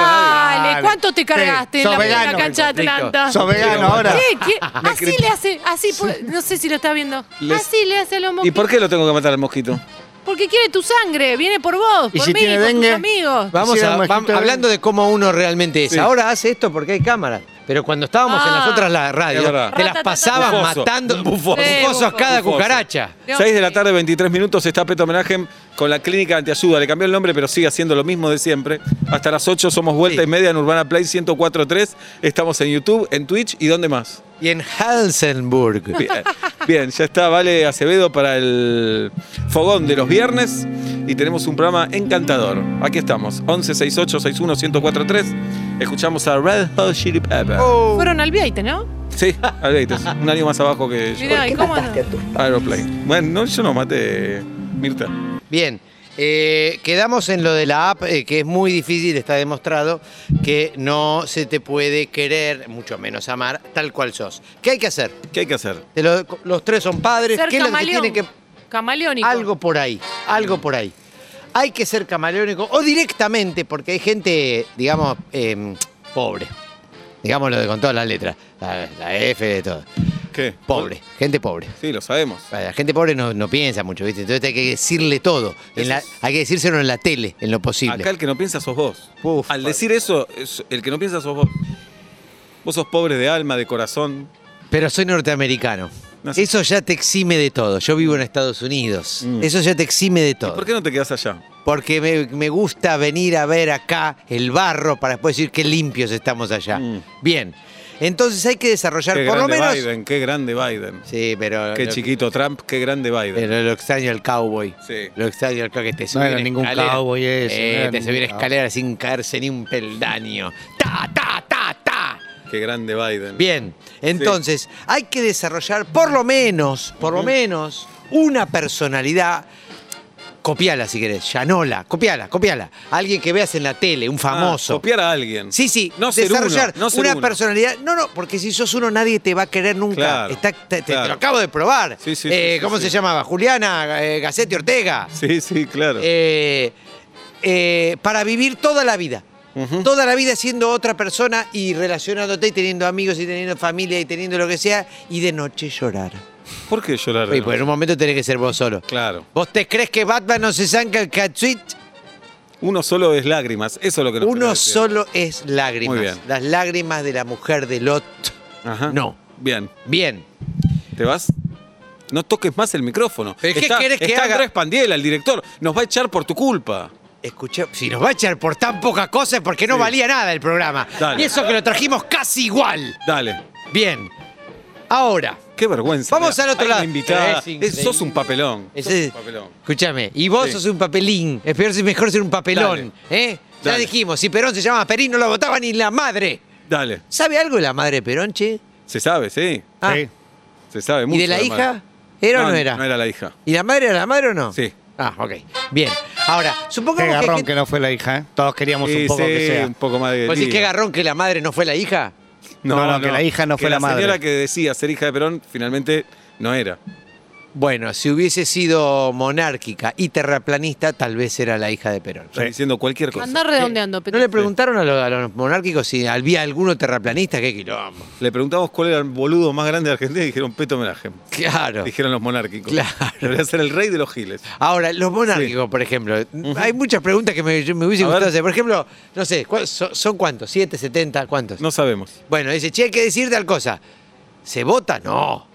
Speaker 3: nadie.
Speaker 4: Dale, ¿cuánto te
Speaker 6: Sí,
Speaker 4: cargaste en
Speaker 6: sos
Speaker 4: la, en la
Speaker 6: vegano,
Speaker 4: cancha de
Speaker 5: conflicto.
Speaker 4: Atlanta?
Speaker 6: Sos vegano
Speaker 3: Pero,
Speaker 6: ahora.
Speaker 4: ¿Qué? ¿Qué?
Speaker 3: Me
Speaker 4: Así
Speaker 3: crit-
Speaker 4: le hace, así, pu- no sé si lo está viendo.
Speaker 3: Les-
Speaker 4: Así le hace a los
Speaker 3: ¿Y
Speaker 4: mosquitos.
Speaker 3: por qué lo tengo que matar al mosquito?
Speaker 4: Porque quiere tu sangre, viene por vos,
Speaker 6: ¿Y
Speaker 4: por
Speaker 6: si
Speaker 4: mí,
Speaker 6: tiene
Speaker 4: por
Speaker 6: dengue?
Speaker 4: tus amigos.
Speaker 5: Vamos
Speaker 6: Quisiera
Speaker 5: a,
Speaker 6: un
Speaker 5: vam-
Speaker 6: mosquito de-
Speaker 5: hablando de cómo uno realmente es.
Speaker 3: Sí.
Speaker 5: Ahora hace esto porque hay cámaras. Pero cuando estábamos en las
Speaker 4: Ah.
Speaker 5: otras la
Speaker 3: Es
Speaker 5: radios,
Speaker 3: verdad.
Speaker 5: te las pasabas
Speaker 3: Bufoso.
Speaker 5: matando
Speaker 3: Bufoso.
Speaker 5: bufosos
Speaker 4: Sí,
Speaker 5: cada
Speaker 3: bufoso.
Speaker 5: cucaracha.
Speaker 4: Dios
Speaker 3: 6 de la
Speaker 4: mío.
Speaker 3: tarde, 23 minutos, está Peto Homenaje con la clínica antiayuda. Le cambió el nombre, pero sigue haciendo lo mismo de siempre. Hasta las 8 somos vuelta
Speaker 5: Sí.
Speaker 3: y media en Urbana Play 1043. Estamos en YouTube, en Twitch y ¿dónde más?
Speaker 5: Y en Halsenburg.
Speaker 3: Bien, eh, Bien, ya está Vale Acevedo para el fogón de los viernes y tenemos un programa encantador. Aquí estamos, 1168-61-1043. Escuchamos a Red Hot Chili Peppers.
Speaker 4: Fueron al Biaite, ¿no?
Speaker 3: Sí, al Gates, un año más abajo que yo.
Speaker 4: Mirá,
Speaker 7: ¿Por
Speaker 4: ¿y
Speaker 7: qué
Speaker 4: cómo
Speaker 7: mataste a
Speaker 4: no?
Speaker 7: tus padres?
Speaker 3: Aeroplane. Bueno, no, yo no maté, Mirta.
Speaker 5: Bien. eh, quedamos en lo de la app, eh, que es muy difícil, está demostrado, que no se te puede querer, mucho menos amar, tal cual sos. ¿Qué hay que hacer?
Speaker 3: ¿Qué hay que hacer?
Speaker 5: Te lo- los tres son padres,
Speaker 4: Ser
Speaker 5: ¿qué es lo que
Speaker 4: camaleón.
Speaker 5: tienen que
Speaker 4: Camaleónico.
Speaker 5: Algo por ahí, algo por ahí. Hay que ser camaleónico o directamente, porque hay gente, digamos, eh, pobre. Digámoslo de- con todas las letras. La, la F de todo.
Speaker 3: ¿Qué?
Speaker 5: Pobre, gente pobre.
Speaker 3: Sí, lo sabemos.
Speaker 5: La gente pobre no, no piensa mucho, ¿viste? Entonces hay que decirle todo. En la-
Speaker 3: Eso es-
Speaker 5: hay que decírselo en la tele, en lo posible.
Speaker 3: Acá el que no piensa sos vos.
Speaker 5: Uf,
Speaker 3: Al
Speaker 5: padre.
Speaker 3: decir eso, es- el que no piensa sos vos. Vos sos pobre de alma, de corazón.
Speaker 5: Pero soy norteamericano.
Speaker 3: No sé.
Speaker 5: Eso ya te exime de todo. Yo vivo en Estados Unidos.
Speaker 3: Mm.
Speaker 5: Eso ya te exime de todo.
Speaker 3: ¿Por qué no te quedás allá?
Speaker 5: Porque me, me gusta venir a ver acá el barro para después decir qué limpios estamos allá.
Speaker 3: Mm.
Speaker 5: Bien. Entonces hay que desarrollar,
Speaker 3: Qué
Speaker 5: por lo
Speaker 3: grande
Speaker 5: menos.
Speaker 3: Biden, qué grande Biden.
Speaker 5: Sí, pero.
Speaker 3: Qué
Speaker 5: lo-
Speaker 3: chiquito Trump, qué grande Biden.
Speaker 5: Pero lo extraño el cowboy.
Speaker 3: Sí.
Speaker 5: Lo extraño el cowboy que te
Speaker 6: No
Speaker 5: subía
Speaker 6: era
Speaker 5: en
Speaker 6: ningún
Speaker 5: escalera.
Speaker 6: cowboy ese. no
Speaker 5: Eh,
Speaker 6: era
Speaker 5: te
Speaker 6: ningún
Speaker 5: subía en
Speaker 6: cowboy.
Speaker 5: escalera sin caerse ni un peldaño. ¡Ta, ta, ta, ta!
Speaker 3: Qué grande Biden.
Speaker 5: Bien, entonces hay que desarrollar por lo menos, por lo menos, una personalidad. Copiala si querés, llanola, copiala, copiala. Alguien que veas en la tele, un
Speaker 3: Ah,
Speaker 5: famoso.
Speaker 3: copiar a alguien.
Speaker 5: Sí, sí,
Speaker 3: No ser
Speaker 5: desarrollar
Speaker 3: uno, no ser
Speaker 5: una
Speaker 3: uno.
Speaker 5: personalidad. No, no, porque si sos uno nadie te va a querer nunca.
Speaker 3: Claro,
Speaker 5: Está- te- te, te
Speaker 3: claro.
Speaker 5: lo acabo de probar.
Speaker 3: Sí, sí,
Speaker 5: Eh,
Speaker 3: sí, sí,
Speaker 5: ¿Cómo
Speaker 3: sí.
Speaker 5: se llamaba? Juliana eh, Gacete Ortega.
Speaker 3: Sí, sí, claro.
Speaker 5: Eh, eh, para vivir toda la vida.
Speaker 3: Ujú.
Speaker 5: Toda la vida siendo otra persona y relacionándote y teniendo amigos y teniendo familia y teniendo lo que sea y de noche llorar.
Speaker 3: ¿Por qué llorar?
Speaker 5: Y pues en un momento tenés que ser vos solo.
Speaker 3: Claro.
Speaker 5: ¿Vos te crees que Batman no se saca el catsuit?
Speaker 3: Uno solo es lágrimas. Eso es lo que nos querés
Speaker 5: Uno
Speaker 3: decir.
Speaker 5: solo es lágrimas.
Speaker 3: Muy bien.
Speaker 5: Las lágrimas de la mujer de Lot.
Speaker 3: Ajá.
Speaker 5: No.
Speaker 3: Bien.
Speaker 5: Bien.
Speaker 3: ¿Te vas? No toques más el micrófono.
Speaker 5: ¿Pero qué
Speaker 3: está,
Speaker 5: querés que
Speaker 3: está
Speaker 5: haga?
Speaker 3: Andrés Pandiela, el director. Nos va a echar por tu culpa.
Speaker 5: Escuché, si nos va a echar por tan poca cosa es porque no
Speaker 3: Sí.
Speaker 5: valía nada el programa.
Speaker 3: Dale.
Speaker 5: Y eso que lo trajimos casi igual.
Speaker 3: Dale.
Speaker 5: Bien. Ahora,
Speaker 3: Qué vergüenza.
Speaker 5: Vamos
Speaker 3: mirá.
Speaker 5: al otro
Speaker 3: Hay una
Speaker 5: lado.
Speaker 3: Invitada.
Speaker 5: Es increíble.
Speaker 3: sos un papelón.
Speaker 5: ese-
Speaker 3: Sos un papelón.
Speaker 5: escúchame, y vos
Speaker 3: Sí.
Speaker 5: sos un papelín. Es peor, es mejor ser un papelón. ¿eh? Ya
Speaker 3: Dale.
Speaker 5: dijimos, si Perón se llamaba Perín, no lo votaba ni la madre.
Speaker 3: Dale.
Speaker 5: ¿Sabe algo de la madre de Perón, che?
Speaker 3: Se sabe, sí.
Speaker 5: Ah,
Speaker 6: Sí.
Speaker 3: Se sabe mucho.
Speaker 5: ¿Y de la hija? ¿Era o no era?
Speaker 3: No era la hija.
Speaker 5: ¿Y la madre era la madre o no?
Speaker 3: Sí.
Speaker 5: Ah, ok. Bien. Ahora,
Speaker 6: Qué
Speaker 5: supongamos
Speaker 6: garrón
Speaker 5: que.
Speaker 6: que no fue la hija, ¿eh? Todos queríamos un
Speaker 3: Y
Speaker 6: poco
Speaker 3: sí,
Speaker 6: que sea.
Speaker 3: un poco más de.
Speaker 5: ¿Vos decís
Speaker 3: liga.
Speaker 5: qué garrón que la madre no fue la hija?
Speaker 6: No, no, que la hija no
Speaker 3: Que
Speaker 6: fue la madre.
Speaker 3: La señora que decía ser hija de Perón finalmente no era.
Speaker 5: Bueno, si hubiese sido monárquica y terraplanista, tal vez era la hija de Perón.
Speaker 3: Está diciendo cualquier cosa.
Speaker 4: Andá redondeando,
Speaker 5: ¿No
Speaker 4: Petito.
Speaker 5: le preguntaron a los, a los monárquicos si había alguno terraplanista? ¿Qué quilombo?
Speaker 3: Le preguntamos cuál era el boludo más grande de Argentina y dijeron Peto Menajem.
Speaker 5: Claro.
Speaker 3: Dijeron los monárquicos.
Speaker 5: Claro.
Speaker 3: Debería ser el rey de los giles.
Speaker 5: Ahora, los monárquicos, por ejemplo, hay muchas preguntas que me, yo- me hubiese
Speaker 3: A
Speaker 5: gustado
Speaker 3: ver.
Speaker 5: hacer. Por ejemplo, no sé, ¿cuál- so- ¿son cuántos? ¿Siete, setenta? ¿Cuántos?
Speaker 3: No sabemos.
Speaker 5: Bueno, dice, che, hay que decir tal cosa. ¿Se vota? No.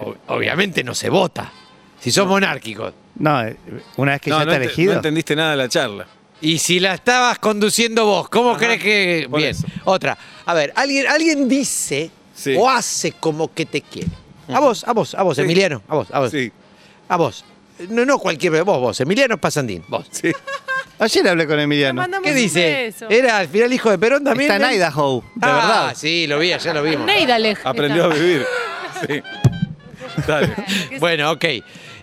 Speaker 5: Ob- obviamente no se vota. Si son monárquicos.
Speaker 6: No, eh, una vez que
Speaker 3: no,
Speaker 6: ya
Speaker 3: no
Speaker 6: está
Speaker 3: ente-
Speaker 6: elegido.
Speaker 3: no entendiste nada de la charla.
Speaker 5: Y si la estabas conduciendo vos, ¿cómo
Speaker 3: Ajá,
Speaker 5: crees que.?
Speaker 3: por
Speaker 5: Bien,
Speaker 3: eso.
Speaker 5: otra. A ver, alguien, alguien dice
Speaker 3: Sí.
Speaker 5: o hace como que te quiere. A vos, a vos, a vos,
Speaker 3: Sí.
Speaker 5: Emiliano, a vos, a vos.
Speaker 3: Sí,
Speaker 5: A vos. No, no cualquier. Vos, vos, Emiliano Pasandín, vos.
Speaker 3: sí.
Speaker 6: Ayer hablé con Emiliano.
Speaker 4: Mandamos
Speaker 5: ¿Qué
Speaker 4: un
Speaker 5: dice?
Speaker 4: beso.
Speaker 5: ¿Era al final hijo de Perón también?
Speaker 6: Está en
Speaker 5: Naida,
Speaker 6: Idaho, de
Speaker 5: ah,
Speaker 6: verdad.
Speaker 5: Sí, lo vi, ya lo vimos.
Speaker 4: Neidalej.
Speaker 3: Aprendió a vivir. Sí. Dale.
Speaker 5: Bueno, ok.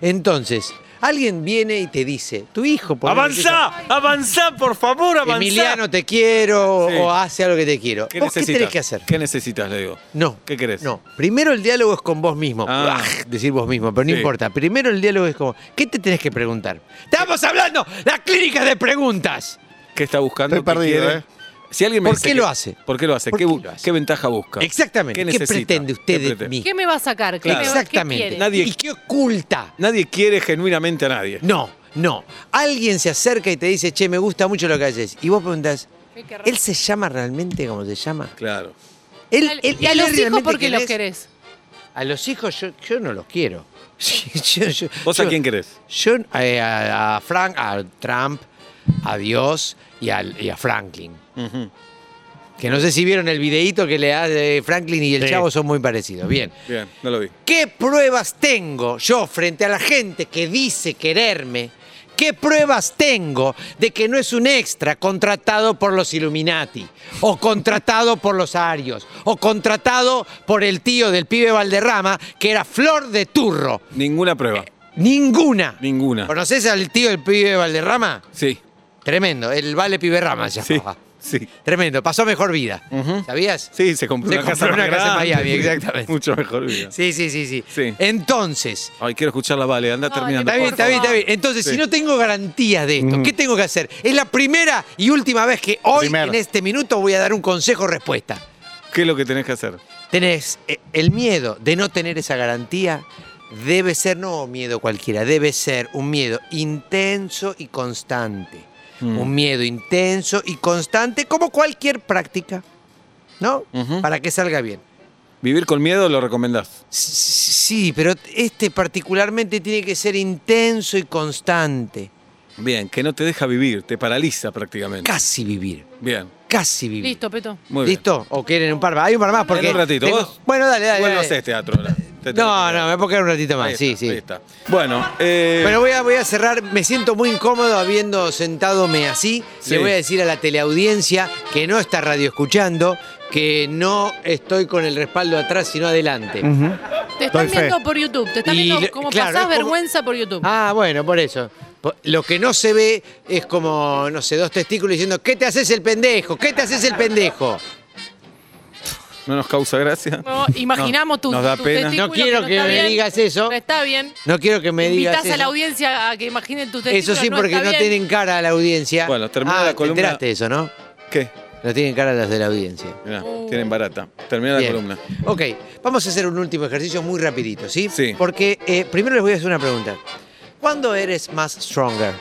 Speaker 5: Entonces, alguien viene y te dice, tu hijo, por ejemplo,
Speaker 3: ¡Avanzá! ¡Por favor,
Speaker 5: te dice, Emiliano, te quiero,
Speaker 3: Sí.
Speaker 5: o hace algo que te quiero.
Speaker 3: ¿Qué
Speaker 5: ¿Vos
Speaker 3: necesitas?
Speaker 5: qué tenés que hacer?
Speaker 3: ¿Qué necesitas, le digo?
Speaker 5: No.
Speaker 3: ¿Qué querés?
Speaker 5: No. Primero el diálogo es con vos mismo.
Speaker 3: Ah.
Speaker 5: Buah, Decir vos mismo, pero no
Speaker 3: Sí.
Speaker 5: importa. Primero el diálogo es con. ¿Qué te tenés que preguntar? ¡Estamos hablando! ¡La clínica de preguntas!
Speaker 3: ¿Qué está buscando?
Speaker 6: Estoy
Speaker 3: ¿Qué
Speaker 6: perdido,
Speaker 3: quiere?
Speaker 6: ¿eh?
Speaker 3: Si alguien me
Speaker 5: ¿Por
Speaker 3: dice
Speaker 5: qué
Speaker 3: que-
Speaker 5: lo hace?
Speaker 3: ¿Por qué lo hace?
Speaker 5: ¿Por
Speaker 3: ¿Qué,
Speaker 5: qué
Speaker 3: bu-
Speaker 5: lo hace?
Speaker 3: qué ventaja busca?
Speaker 5: Exactamente. ¿Qué,
Speaker 3: necesita?
Speaker 5: pretende usted
Speaker 3: ¿Qué
Speaker 5: de
Speaker 3: pretende?
Speaker 5: mí?
Speaker 4: ¿Qué me va a sacar? ¿Qué
Speaker 3: Claro.
Speaker 4: me va- qué
Speaker 5: Exactamente.
Speaker 4: quiere?
Speaker 3: Nadie-
Speaker 5: ¿Y qué oculta?
Speaker 3: Nadie quiere genuinamente a nadie.
Speaker 5: No, no. Alguien se acerca y te dice, che, me gusta mucho lo que haces. Y vos preguntás,
Speaker 4: ¿Qué querrá?
Speaker 5: ¿él se llama realmente como se llama?
Speaker 3: Claro.
Speaker 5: ¿Él, él-
Speaker 4: y a
Speaker 5: él
Speaker 4: los
Speaker 5: es
Speaker 4: hijos
Speaker 5: realmente
Speaker 4: porque
Speaker 5: quien
Speaker 4: los
Speaker 5: es?
Speaker 4: querés.
Speaker 5: A los hijos yo, yo no los quiero. Yo- yo-
Speaker 3: ¿Vos a
Speaker 5: yo-
Speaker 3: quién querés?
Speaker 5: Yo eh, a, a Frank, a Trump, a Dios y, al- y a Franklin.
Speaker 3: Ujú.
Speaker 5: Que no sé si vieron el videíto que le hace Franklin y el
Speaker 6: Sí.
Speaker 5: chavo son muy parecidos. Bien.
Speaker 3: Bien, no lo vi.
Speaker 5: ¿Qué pruebas tengo yo frente a la gente que dice quererme? ¿Qué pruebas tengo de que no es un extra contratado por los Illuminati? O contratado por los Arios. O contratado por el tío del pibe Valderrama, que era flor de turro.
Speaker 3: Ninguna prueba.
Speaker 5: Eh, Ninguna.
Speaker 3: Ninguna.
Speaker 5: ¿Conoces al tío del pibe Valderrama?
Speaker 3: Sí.
Speaker 5: Tremendo, el vale Piberrama se
Speaker 3: Sí.
Speaker 5: llamaba.
Speaker 3: Sí.
Speaker 5: Tremendo, pasó mejor vida.
Speaker 3: Ujú.
Speaker 5: ¿Sabías?
Speaker 3: Sí, se compró
Speaker 5: Se
Speaker 3: una
Speaker 5: compró
Speaker 3: casa
Speaker 5: una
Speaker 3: más
Speaker 5: casa
Speaker 3: grande.
Speaker 5: en Miami, exactamente.
Speaker 3: Mucho mejor vida.
Speaker 5: Sí, sí, sí, sí.
Speaker 3: Sí.
Speaker 5: Entonces,
Speaker 3: Ay, quiero escucharla, vale, anda
Speaker 4: No,
Speaker 3: terminando.
Speaker 5: está bien,
Speaker 4: por
Speaker 5: está bien,
Speaker 4: favor.
Speaker 5: está bien. Entonces,
Speaker 3: Sí.
Speaker 5: si no tengo garantías de esto, ¿qué tengo que hacer? Es la primera y última vez que hoy,
Speaker 6: Primero.
Speaker 5: en este minuto, voy a dar un consejo respuesta.
Speaker 3: ¿Qué es lo que tenés que hacer?
Speaker 5: Tenés eh, el miedo de no tener esa garantía. Debe ser no miedo cualquiera, debe ser un miedo intenso y constante.
Speaker 3: Mm.
Speaker 5: Un miedo intenso y constante como cualquier práctica, ¿no?
Speaker 3: Ujú.
Speaker 5: Para que salga bien.
Speaker 3: Vivir con miedo lo recomendás.
Speaker 5: Sí, pero este particularmente tiene que ser intenso y constante.
Speaker 3: Bien, que no te deja vivir, te paraliza prácticamente.
Speaker 5: Casi vivir.
Speaker 3: Bien,
Speaker 5: Casi vivir.
Speaker 4: Listo, Peto.
Speaker 3: muy bien.
Speaker 5: ¿Listo? ¿O quieren un par más? Hay un par más porque.
Speaker 3: En un ratito,
Speaker 5: tengo-
Speaker 3: vos
Speaker 5: Bueno, dale, dale.
Speaker 3: Vuelvo a
Speaker 5: dale.
Speaker 3: hacer teatro ahora. Te tengo
Speaker 5: No,
Speaker 3: que-
Speaker 5: no, me puedo quedar un ratito más.
Speaker 3: Ahí
Speaker 5: sí,
Speaker 3: está,
Speaker 5: sí.
Speaker 3: ahí está. Bueno, eh,
Speaker 5: Bueno, voy a, voy a cerrar. Me siento muy incómodo habiendo sentadome así.
Speaker 3: Sí.
Speaker 5: Le voy a decir a la teleaudiencia que no está radio escuchando, que no estoy con el respaldo atrás, sino adelante.
Speaker 4: Te están
Speaker 6: Doy fe.
Speaker 4: viendo por YouTube. Te están
Speaker 5: Y
Speaker 4: viendo
Speaker 5: lo-
Speaker 4: como
Speaker 5: claro,
Speaker 4: pasás
Speaker 5: es como-
Speaker 4: vergüenza por YouTube.
Speaker 5: Ah, bueno, por eso. Po- Lo que no se ve es como, no sé, dos testículos diciendo, ¿qué te haces el pendejo? ¿Qué te haces el pendejo?
Speaker 3: no nos causa gracia.
Speaker 4: No, imaginamos tu,
Speaker 3: nos da
Speaker 4: tu
Speaker 3: pena.
Speaker 4: testículo
Speaker 5: No quiero que
Speaker 4: está
Speaker 5: me
Speaker 4: bien.
Speaker 5: digas eso.
Speaker 4: No está bien.
Speaker 5: No quiero que me digas
Speaker 4: Invitás
Speaker 5: eso.
Speaker 4: a la audiencia a que imaginen tu testículo.
Speaker 5: eso sí, porque
Speaker 4: está
Speaker 5: no
Speaker 4: bien.
Speaker 5: tienen cara a la audiencia.
Speaker 3: Bueno, termina
Speaker 5: Ah,
Speaker 3: la
Speaker 5: te
Speaker 3: columna.
Speaker 5: enteraste de eso, ¿no?
Speaker 3: ¿Qué?
Speaker 5: No tienen cara las de la audiencia.
Speaker 3: Mirá,
Speaker 4: Uh.
Speaker 3: tienen barata. Termina la
Speaker 5: Bien.
Speaker 3: columna.
Speaker 5: Ok, vamos a hacer un último ejercicio muy rapidito, ¿sí?
Speaker 3: Sí.
Speaker 5: Porque eh, primero les voy a hacer una pregunta. ¿Cuándo eres más stronger?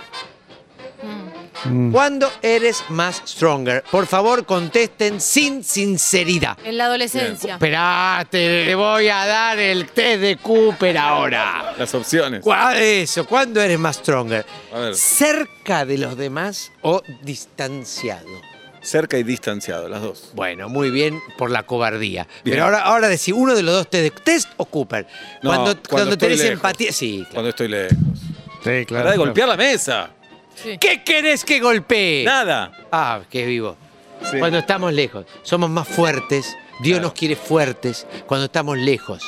Speaker 5: ¿Cuándo eres más stronger? Por favor, contesten sin sinceridad.
Speaker 4: En la adolescencia.
Speaker 5: Esperá, te le voy a dar el test de Cooper ahora.
Speaker 3: Las opciones.
Speaker 5: ¿Cuá- Eso, ¿cuándo eres más stronger?
Speaker 3: A ver.
Speaker 5: ¿Cerca de los demás o distanciado?
Speaker 3: Cerca y distanciado, las dos.
Speaker 5: Bueno, muy bien por la cobardía.
Speaker 3: Bien.
Speaker 5: Pero ahora, ahora decir uno de los dos, test, test o Cooper.
Speaker 3: No,
Speaker 5: cuando,
Speaker 3: cuando
Speaker 5: cuando, tenés
Speaker 3: estoy lejos.
Speaker 5: empatía. Sí, claro.
Speaker 3: Cuando estoy lejos.
Speaker 6: Sí,
Speaker 3: Pará de golpear la mesa.
Speaker 4: Sí.
Speaker 5: ¿Qué querés que golpee?
Speaker 3: Nada.
Speaker 5: Ah, qué vivo.
Speaker 3: Sí.
Speaker 5: Cuando estamos lejos, somos más fuertes. Dios nos quiere fuertes cuando estamos lejos.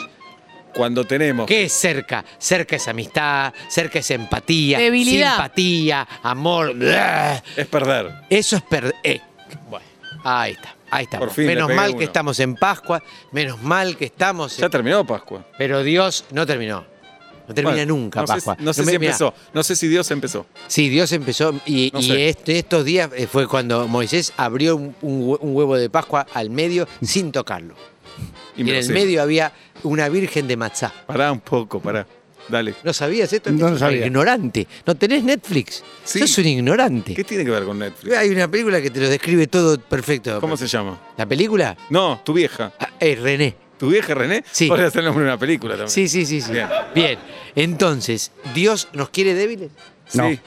Speaker 3: Cuando tenemos.
Speaker 5: ¿Qué es cerca? Cerca es amistad, cerca es empatía,
Speaker 4: Debilidad.
Speaker 5: simpatía, amor. bla.
Speaker 3: Es perder.
Speaker 5: Eso es perder. Bueno, ahí está, ahí está.
Speaker 3: Por fin le
Speaker 5: menos
Speaker 3: pegué
Speaker 5: mal
Speaker 3: uno.
Speaker 5: que estamos en Pascua, menos mal que estamos.
Speaker 3: Ya
Speaker 5: en-
Speaker 3: terminó Pascua.
Speaker 5: Pero Dios no terminó. No termina
Speaker 3: Bueno,
Speaker 5: nunca,
Speaker 3: no sé-
Speaker 5: Pascua.
Speaker 3: no sé
Speaker 5: me-
Speaker 3: si
Speaker 5: mirá,
Speaker 3: empezó. No sé si Dios empezó.
Speaker 5: Sí, Dios empezó y,
Speaker 3: No
Speaker 5: y
Speaker 3: sé.
Speaker 5: este- estos días eh, fue cuando Moisés abrió un, un hue- un huevo de Pascua al medio sin tocarlo. Y en el
Speaker 3: Imposible.
Speaker 5: medio había una virgen de matzá.
Speaker 3: Pará un poco, pará. Dale.
Speaker 5: ¿No sabías esto?
Speaker 6: No lo
Speaker 5: Sos un
Speaker 6: sabía.
Speaker 5: Ignorante. ¿No tenés Netflix?
Speaker 3: Sí.
Speaker 5: Sos un ignorante.
Speaker 3: ¿Qué tiene que ver con Netflix?
Speaker 5: Hay una película que te lo describe todo perfecto.
Speaker 3: ¿Cómo se llama?
Speaker 5: ¿La película?
Speaker 3: No, tu vieja.
Speaker 5: Ah, es René.
Speaker 3: ¿Tu vieja René?
Speaker 5: Sí.
Speaker 3: Podría ser el nombre de una película también.
Speaker 5: Sí, sí, sí, sí.
Speaker 3: Bien.
Speaker 5: Bien. Entonces, ¿Dios nos quiere débiles?
Speaker 6: No.
Speaker 3: Sí.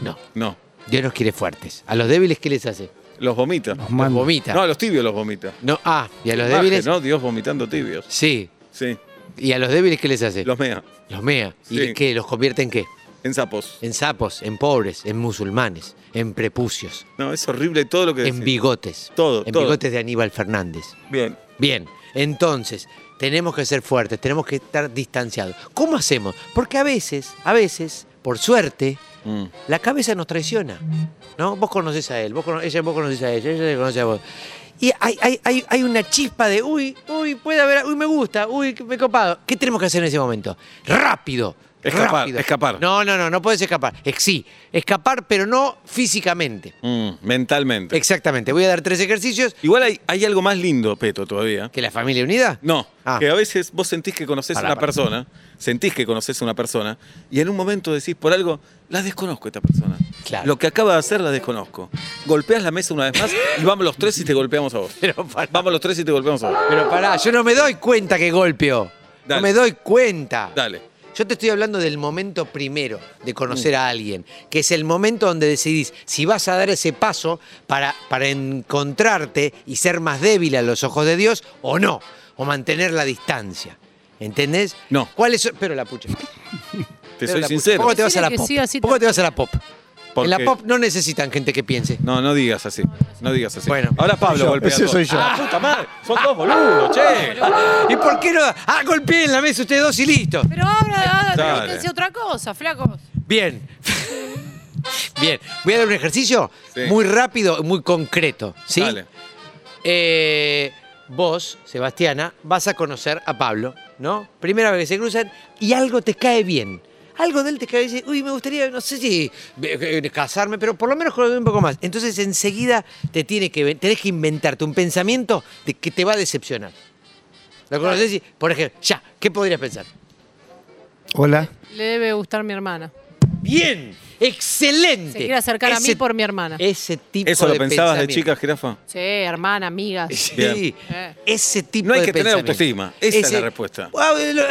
Speaker 5: No.
Speaker 3: No.
Speaker 5: Dios nos quiere fuertes. ¿A los débiles qué les hace?
Speaker 3: Los vomita.
Speaker 5: Los vomita.
Speaker 3: No, a los tibios los vomita.
Speaker 5: No, ah, y a los
Speaker 3: Imagen,
Speaker 5: débiles.
Speaker 3: ¿no? Dios vomitando tibios.
Speaker 5: Sí.
Speaker 3: Sí.
Speaker 5: ¿Y a los débiles qué les hace?
Speaker 3: Los mea.
Speaker 5: Los mea.
Speaker 3: Sí.
Speaker 5: ¿Y qué? ¿Los convierte en qué?
Speaker 3: En sapos.
Speaker 5: En sapos, en pobres, en musulmanes, en prepucios,
Speaker 3: No, es horrible todo lo que
Speaker 5: en
Speaker 3: decís.
Speaker 5: bigotes.
Speaker 3: Todo,
Speaker 5: En
Speaker 3: todo.
Speaker 5: bigotes de Aníbal Fernández.
Speaker 3: Bien.
Speaker 5: Bien, entonces, tenemos que ser fuertes, tenemos que estar distanciados. ¿Cómo hacemos? Porque a veces, a veces, por suerte,
Speaker 3: Mm.
Speaker 5: la cabeza nos traiciona. ¿No? Vos conocés a él, vos cono- ella vos conocés a ella, ella le conoce a vos. Y hay, hay- hay- hay una chispa de, uy, uy, puede haber, uy, me gusta, uy, que me he copado. ¿Qué tenemos que hacer en ese momento? Rápido.
Speaker 3: Escapar,
Speaker 5: rápido.
Speaker 3: escapar.
Speaker 5: No, no, no, no puedes escapar. Ex- sí, escapar, pero no físicamente.
Speaker 3: Mm, Mentalmente.
Speaker 5: Exactamente. Voy a dar tres ejercicios.
Speaker 3: Igual hay, hay algo más lindo, Peto, todavía.
Speaker 5: ¿Que la familia unida?
Speaker 3: No,
Speaker 5: Ah.
Speaker 3: que a veces vos sentís que conocés a
Speaker 5: Pará,
Speaker 3: una
Speaker 5: pará.
Speaker 3: persona, sentís que conocés a una persona, y en un momento decís por algo, la desconozco esta persona.
Speaker 5: Claro.
Speaker 3: Lo que acaba de hacer la desconozco. Golpeás la mesa una vez más y vamos los tres y te golpeamos a vos.
Speaker 5: Pero pará.
Speaker 3: Vamos los tres y te golpeamos a vos.
Speaker 5: Pero pará, yo no me doy cuenta que golpeo.
Speaker 3: Dale.
Speaker 5: No me doy cuenta.
Speaker 3: Dale.
Speaker 5: Yo te estoy hablando del momento primero de conocer
Speaker 3: Mm.
Speaker 5: a alguien, que es el momento donde decidís si vas a dar ese paso para, para encontrarte y ser más débil a los ojos de Dios o no, o mantener la distancia. ¿Entendés?
Speaker 3: No.
Speaker 5: ¿Cuál es? Pero la pucha.
Speaker 3: Te
Speaker 5: pero
Speaker 3: soy
Speaker 5: la pucha.
Speaker 3: sincero.
Speaker 5: ¿Cómo te vas a la
Speaker 4: Decile que
Speaker 5: pop?
Speaker 4: sí, así te-
Speaker 5: ¿Cómo te vas a la pop?
Speaker 3: Porque-
Speaker 5: En la pop no necesitan gente que piense.
Speaker 3: No, no digas así. No digas así.
Speaker 5: Bueno.
Speaker 3: Ahora Pablo
Speaker 6: Soy yo,
Speaker 3: golpea.
Speaker 6: ese
Speaker 3: todo.
Speaker 6: soy yo.
Speaker 3: Ah, puta madre. Son dos boludos, che.
Speaker 5: ¿Y por qué no? Ah, golpeen la mesa ustedes dos y listo.
Speaker 4: Pero ahora,
Speaker 3: Dale.
Speaker 4: ahora dedíquense a otra cosa, flacos.
Speaker 5: Bien. Bien. Voy a dar un ejercicio
Speaker 3: Sí.
Speaker 5: muy rápido, muy concreto. ¿sí?
Speaker 3: Dale.
Speaker 5: Eh, vos, Sebastiana, vas a conocer a Pablo, ¿no? Primera vez que se cruzan y algo te cae bien. Algo de él te cae bien. Uy, me gustaría, no sé si eh, eh, casarme, pero por lo menos conocer un poco más. Entonces enseguida te tiene que, ven- tenés que inventarte un pensamiento de que te va a decepcionar. ¿Lo conoces? Y, Por ejemplo, ya, ¿qué podrías pensar?
Speaker 6: Hola.
Speaker 4: Le debe gustar mi hermana.
Speaker 5: Bien. Excelente.
Speaker 4: Se quiere acercar a mí
Speaker 5: Ese-
Speaker 4: por mi hermana.
Speaker 5: Ese tipo
Speaker 3: ¿Eso lo
Speaker 5: de
Speaker 3: pensabas de
Speaker 5: pensamiento.
Speaker 3: chica, jirafa?
Speaker 4: Sí, hermana, amigas.
Speaker 5: Sí.
Speaker 3: Bien.
Speaker 4: Eh.
Speaker 5: Ese tipo
Speaker 3: No hay
Speaker 5: de
Speaker 3: que tener
Speaker 5: pensamiento.
Speaker 3: autoestima. Esa es la respuesta.
Speaker 5: Ah, lo-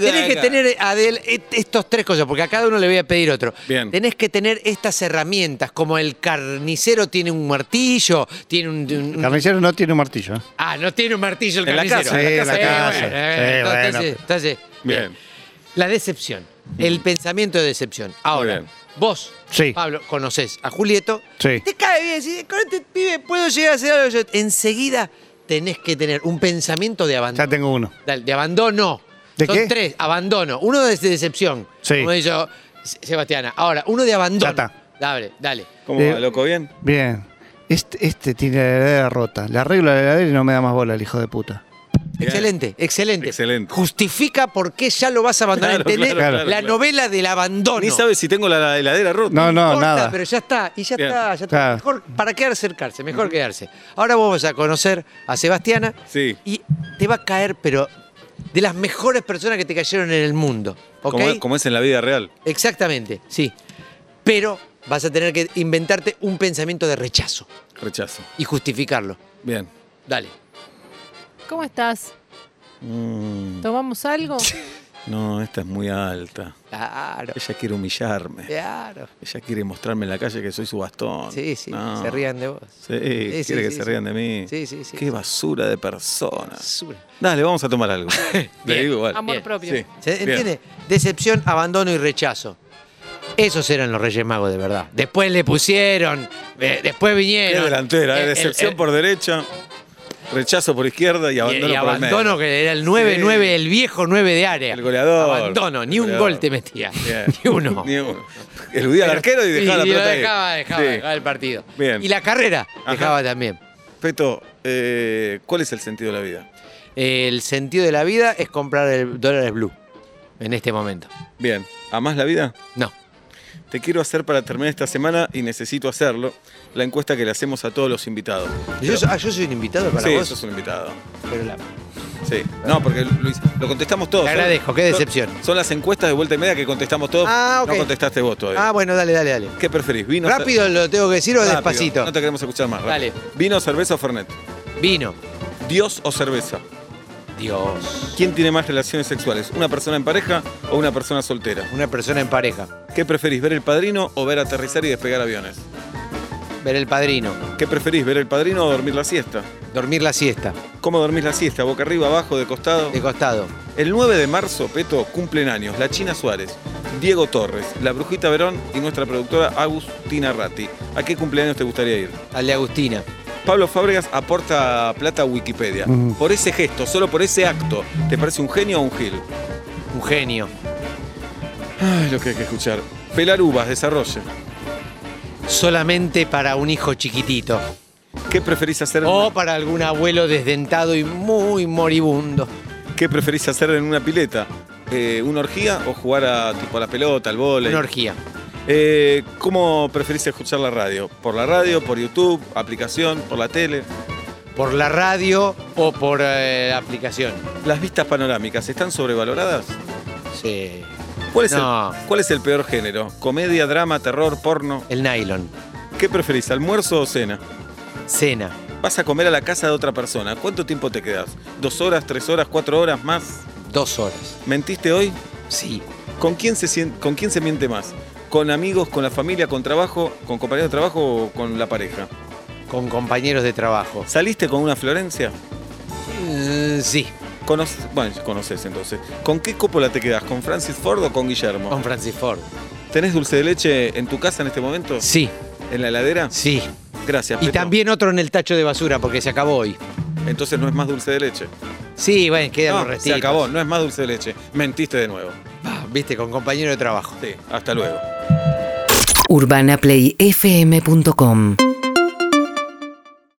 Speaker 5: Tenés que
Speaker 3: acá.
Speaker 5: tener, Adel, et- estos tres cosas, porque a cada uno le voy a pedir otro.
Speaker 3: Bien.
Speaker 5: Tenés que tener estas herramientas, como el carnicero tiene un martillo, tiene un. un-
Speaker 6: El carnicero no tiene un martillo. ¿eh?
Speaker 5: ah, no tiene un martillo el
Speaker 3: En la
Speaker 5: carnicero.
Speaker 3: casa, en la
Speaker 5: Sí,
Speaker 3: casa.
Speaker 5: bueno,
Speaker 6: Sí,
Speaker 5: eh,
Speaker 6: bueno.
Speaker 5: entonces- entonces,
Speaker 3: Bien.
Speaker 5: la decepción. El pensamiento de decepción.
Speaker 3: Muy
Speaker 5: Ahora,
Speaker 3: bien.
Speaker 5: vos,
Speaker 6: Sí.
Speaker 5: Pablo, conocés a Julieto.
Speaker 6: Sí.
Speaker 5: Te cae bien, decís, con este pibe puedo llegar a hacer algo. yo". Enseguida tenés que tener un pensamiento de abandono.
Speaker 6: Ya tengo uno.
Speaker 5: Dale, de abandono.
Speaker 6: ¿De
Speaker 5: Son
Speaker 6: qué?
Speaker 5: tres, abandono. Uno de de decepción,
Speaker 6: Sí.
Speaker 5: como dijo Se- Sebastiana. Ahora, uno de abandono.
Speaker 6: Ya está.
Speaker 5: Dale, dale.
Speaker 3: ¿Cómo
Speaker 6: Eh,
Speaker 3: va, loco? ¿Bien?
Speaker 6: Bien. Este, este tiene la heladera rota. Le arreglo la heladera y no me da más bola el hijo de puta.
Speaker 3: Bien.
Speaker 5: Excelente, excelente.
Speaker 3: Excelente.
Speaker 5: Justifica por qué ya lo vas a abandonar.
Speaker 3: Claro,
Speaker 5: ¿Entendés?
Speaker 3: claro, claro,
Speaker 5: la
Speaker 3: claro.
Speaker 5: novela del abandono.
Speaker 3: Ni sabes si tengo la heladera rota.
Speaker 6: No, no,
Speaker 5: importa,
Speaker 6: nada.
Speaker 5: Pero ya está, y ya
Speaker 3: Bien.
Speaker 5: está, ya está.
Speaker 6: Claro.
Speaker 5: Mejor, ¿para qué acercarse? Mejor quedarse. Ahora vos vas a conocer a Sebastiana
Speaker 3: Sí.
Speaker 5: y te va a caer, pero de las mejores personas que te cayeron en el mundo. ¿ok?
Speaker 3: Como, es- como es en la vida real.
Speaker 5: Exactamente, sí. Pero vas a tener que inventarte un pensamiento de rechazo
Speaker 3: Rechazo.
Speaker 5: y justificarlo.
Speaker 3: Bien.
Speaker 5: Dale.
Speaker 4: ¿Cómo estás? ¿Tomamos algo?
Speaker 3: Mm, No, esta es muy alta.
Speaker 5: Claro,
Speaker 3: Ella quiere humillarme.
Speaker 5: claro.
Speaker 3: Ella quiere mostrarme en la calle que soy su bastón.
Speaker 5: Sí, sí,
Speaker 3: No.
Speaker 5: se rían de vos.
Speaker 3: Sí, quiere
Speaker 5: sí,
Speaker 3: que
Speaker 5: sí,
Speaker 3: se
Speaker 5: sí.
Speaker 3: rían de mí.
Speaker 5: Sí, sí, sí.
Speaker 3: Qué basura de persona.
Speaker 5: Basura.
Speaker 3: Dale, vamos a tomar algo. Le
Speaker 5: Bien.
Speaker 3: digo igual.
Speaker 4: Amor
Speaker 5: Bien.
Speaker 4: propio.
Speaker 3: Sí.
Speaker 5: ¿Se
Speaker 3: Bien.
Speaker 5: entiende? Decepción, abandono y rechazo. Esos eran los Reyes Magos de verdad. Después le pusieron, eh, después
Speaker 3: Qué
Speaker 5: vinieron.
Speaker 3: delantera, eh,
Speaker 5: El- el-
Speaker 3: decepción
Speaker 5: el-
Speaker 3: por derecha, rechazo por izquierda y
Speaker 5: y-
Speaker 3: abandono
Speaker 5: y
Speaker 3: por el
Speaker 5: abandono,
Speaker 3: medio.
Speaker 5: que era el 9-9, el viejo 9 de área.
Speaker 3: El goleador.
Speaker 5: Abandono, ni
Speaker 3: El
Speaker 5: un
Speaker 3: goleador.
Speaker 5: gol te metía.
Speaker 3: Bien.
Speaker 5: Ni uno.
Speaker 3: Ni uno. Eludía al arquero y dejaba la
Speaker 5: lo
Speaker 3: pelota ahí.
Speaker 5: dejaba, dejaba,
Speaker 3: Sí.
Speaker 5: dejaba el partido.
Speaker 3: Bien.
Speaker 5: Y la carrera
Speaker 3: Ajá.
Speaker 5: dejaba también.
Speaker 3: Peto, eh, ¿cuál es el sentido de la vida?
Speaker 5: El sentido de la vida es comprar el dólares blue en este momento.
Speaker 3: Bien, ¿amás la vida?
Speaker 5: No.
Speaker 3: Te quiero hacer para terminar esta semana y necesito hacerlo la encuesta que le hacemos a todos los invitados.
Speaker 5: Yo, so- ah, yo soy un invitado para
Speaker 3: sí,
Speaker 5: vos.
Speaker 3: sos un invitado.
Speaker 5: Pero la-
Speaker 3: Sí. No, porque Luis, lo contestamos todos.
Speaker 5: Te agradezco, qué
Speaker 3: Son-
Speaker 5: decepción.
Speaker 3: Son las encuestas de vuelta y media que contestamos todos.
Speaker 5: Ah, ok.
Speaker 3: No contestaste vos todavía.
Speaker 5: Ah, bueno, dale, dale, dale.
Speaker 3: ¿Qué preferís? ¿Vino
Speaker 5: ¿Rápido lo tengo que decir o
Speaker 3: Rápido,
Speaker 5: despacito?
Speaker 3: No te queremos escuchar más.
Speaker 5: Dale.
Speaker 3: rápido. ¿Vino, cerveza o Fernet?
Speaker 5: Vino.
Speaker 3: ¿Dios o cerveza?
Speaker 5: Dios.
Speaker 3: ¿Quién tiene más relaciones sexuales? ¿Una persona en pareja o una persona soltera?
Speaker 5: Una persona en pareja.
Speaker 3: ¿Qué preferís, ver el padrino o ver aterrizar y despegar aviones?
Speaker 5: Ver el padrino.
Speaker 3: ¿Qué preferís, ver el padrino o dormir la siesta?
Speaker 5: Dormir la siesta.
Speaker 3: ¿Cómo dormís la siesta? ¿Boca arriba, abajo, de costado?
Speaker 5: De costado.
Speaker 3: El 9 de marzo, Peto, cumplen años la China Suárez, Diego Torres, la Brujita Verón y nuestra productora Agustina Ratti. ¿A qué cumpleaños te gustaría ir?
Speaker 5: Al de Agustina.
Speaker 3: Pablo Fábregas aporta plata a Wikipedia.
Speaker 6: Mm.
Speaker 3: Por ese gesto, solo por ese acto, ¿te parece un genio o un gil?
Speaker 5: Un genio.
Speaker 3: Ay, lo que hay que escuchar. Pelar uvas, desarrolle.
Speaker 5: Solamente para un hijo chiquitito.
Speaker 3: ¿Qué preferís hacer? en
Speaker 5: O
Speaker 3: una-
Speaker 5: para algún abuelo desdentado y muy moribundo.
Speaker 3: ¿Qué preferís hacer en una pileta? Eh, ¿Una orgía o jugar a, tipo, a la pelota, al vóley?
Speaker 5: Una orgía.
Speaker 3: Eh, ¿Cómo preferís escuchar la radio? ¿Por la radio, por YouTube, aplicación, por la tele?
Speaker 5: ¿Por la radio o por eh, la aplicación?
Speaker 3: ¿Las vistas panorámicas están sobrevaloradas?
Speaker 5: Sí.
Speaker 3: ¿Cuál es,
Speaker 5: No.
Speaker 3: el, cuál es el peor género? ¿Comedia, drama, terror, porno?
Speaker 5: El nylon.
Speaker 3: ¿Qué preferís, almuerzo o cena?
Speaker 5: Cena.
Speaker 3: Vas a comer a la casa de otra persona. ¿Cuánto tiempo te quedas? ¿Dos horas, tres horas, cuatro horas más?
Speaker 5: Dos horas.
Speaker 3: ¿Mentiste hoy?
Speaker 5: Sí.
Speaker 3: ¿Con quién se, sien- con quién se miente más? ¿Con amigos, con la familia, con trabajo, con compañeros de trabajo o con la pareja?
Speaker 5: Con compañeros de trabajo.
Speaker 3: ¿Saliste con una Florencia?
Speaker 5: Mm, sí.
Speaker 3: Conoces, bueno, conoces entonces. ¿Con qué cópula te quedas? ¿Con Francis Ford o con Guillermo?
Speaker 5: Con Francis Ford.
Speaker 3: ¿Tenés dulce de leche en tu casa en este momento?
Speaker 5: Sí.
Speaker 3: ¿En la heladera?
Speaker 5: Sí.
Speaker 3: Gracias.
Speaker 5: Y
Speaker 3: Peto.
Speaker 5: también otro en el tacho de basura porque se acabó hoy.
Speaker 3: Entonces no es más dulce de leche.
Speaker 5: Sí, bueno, quedan
Speaker 3: No,
Speaker 5: los
Speaker 3: se
Speaker 5: restitos.
Speaker 3: acabó, no es más dulce de leche. Mentiste de nuevo.
Speaker 5: Ah, Viste, con compañero de trabajo.
Speaker 3: Sí, hasta luego.
Speaker 2: urbanaplayfm.com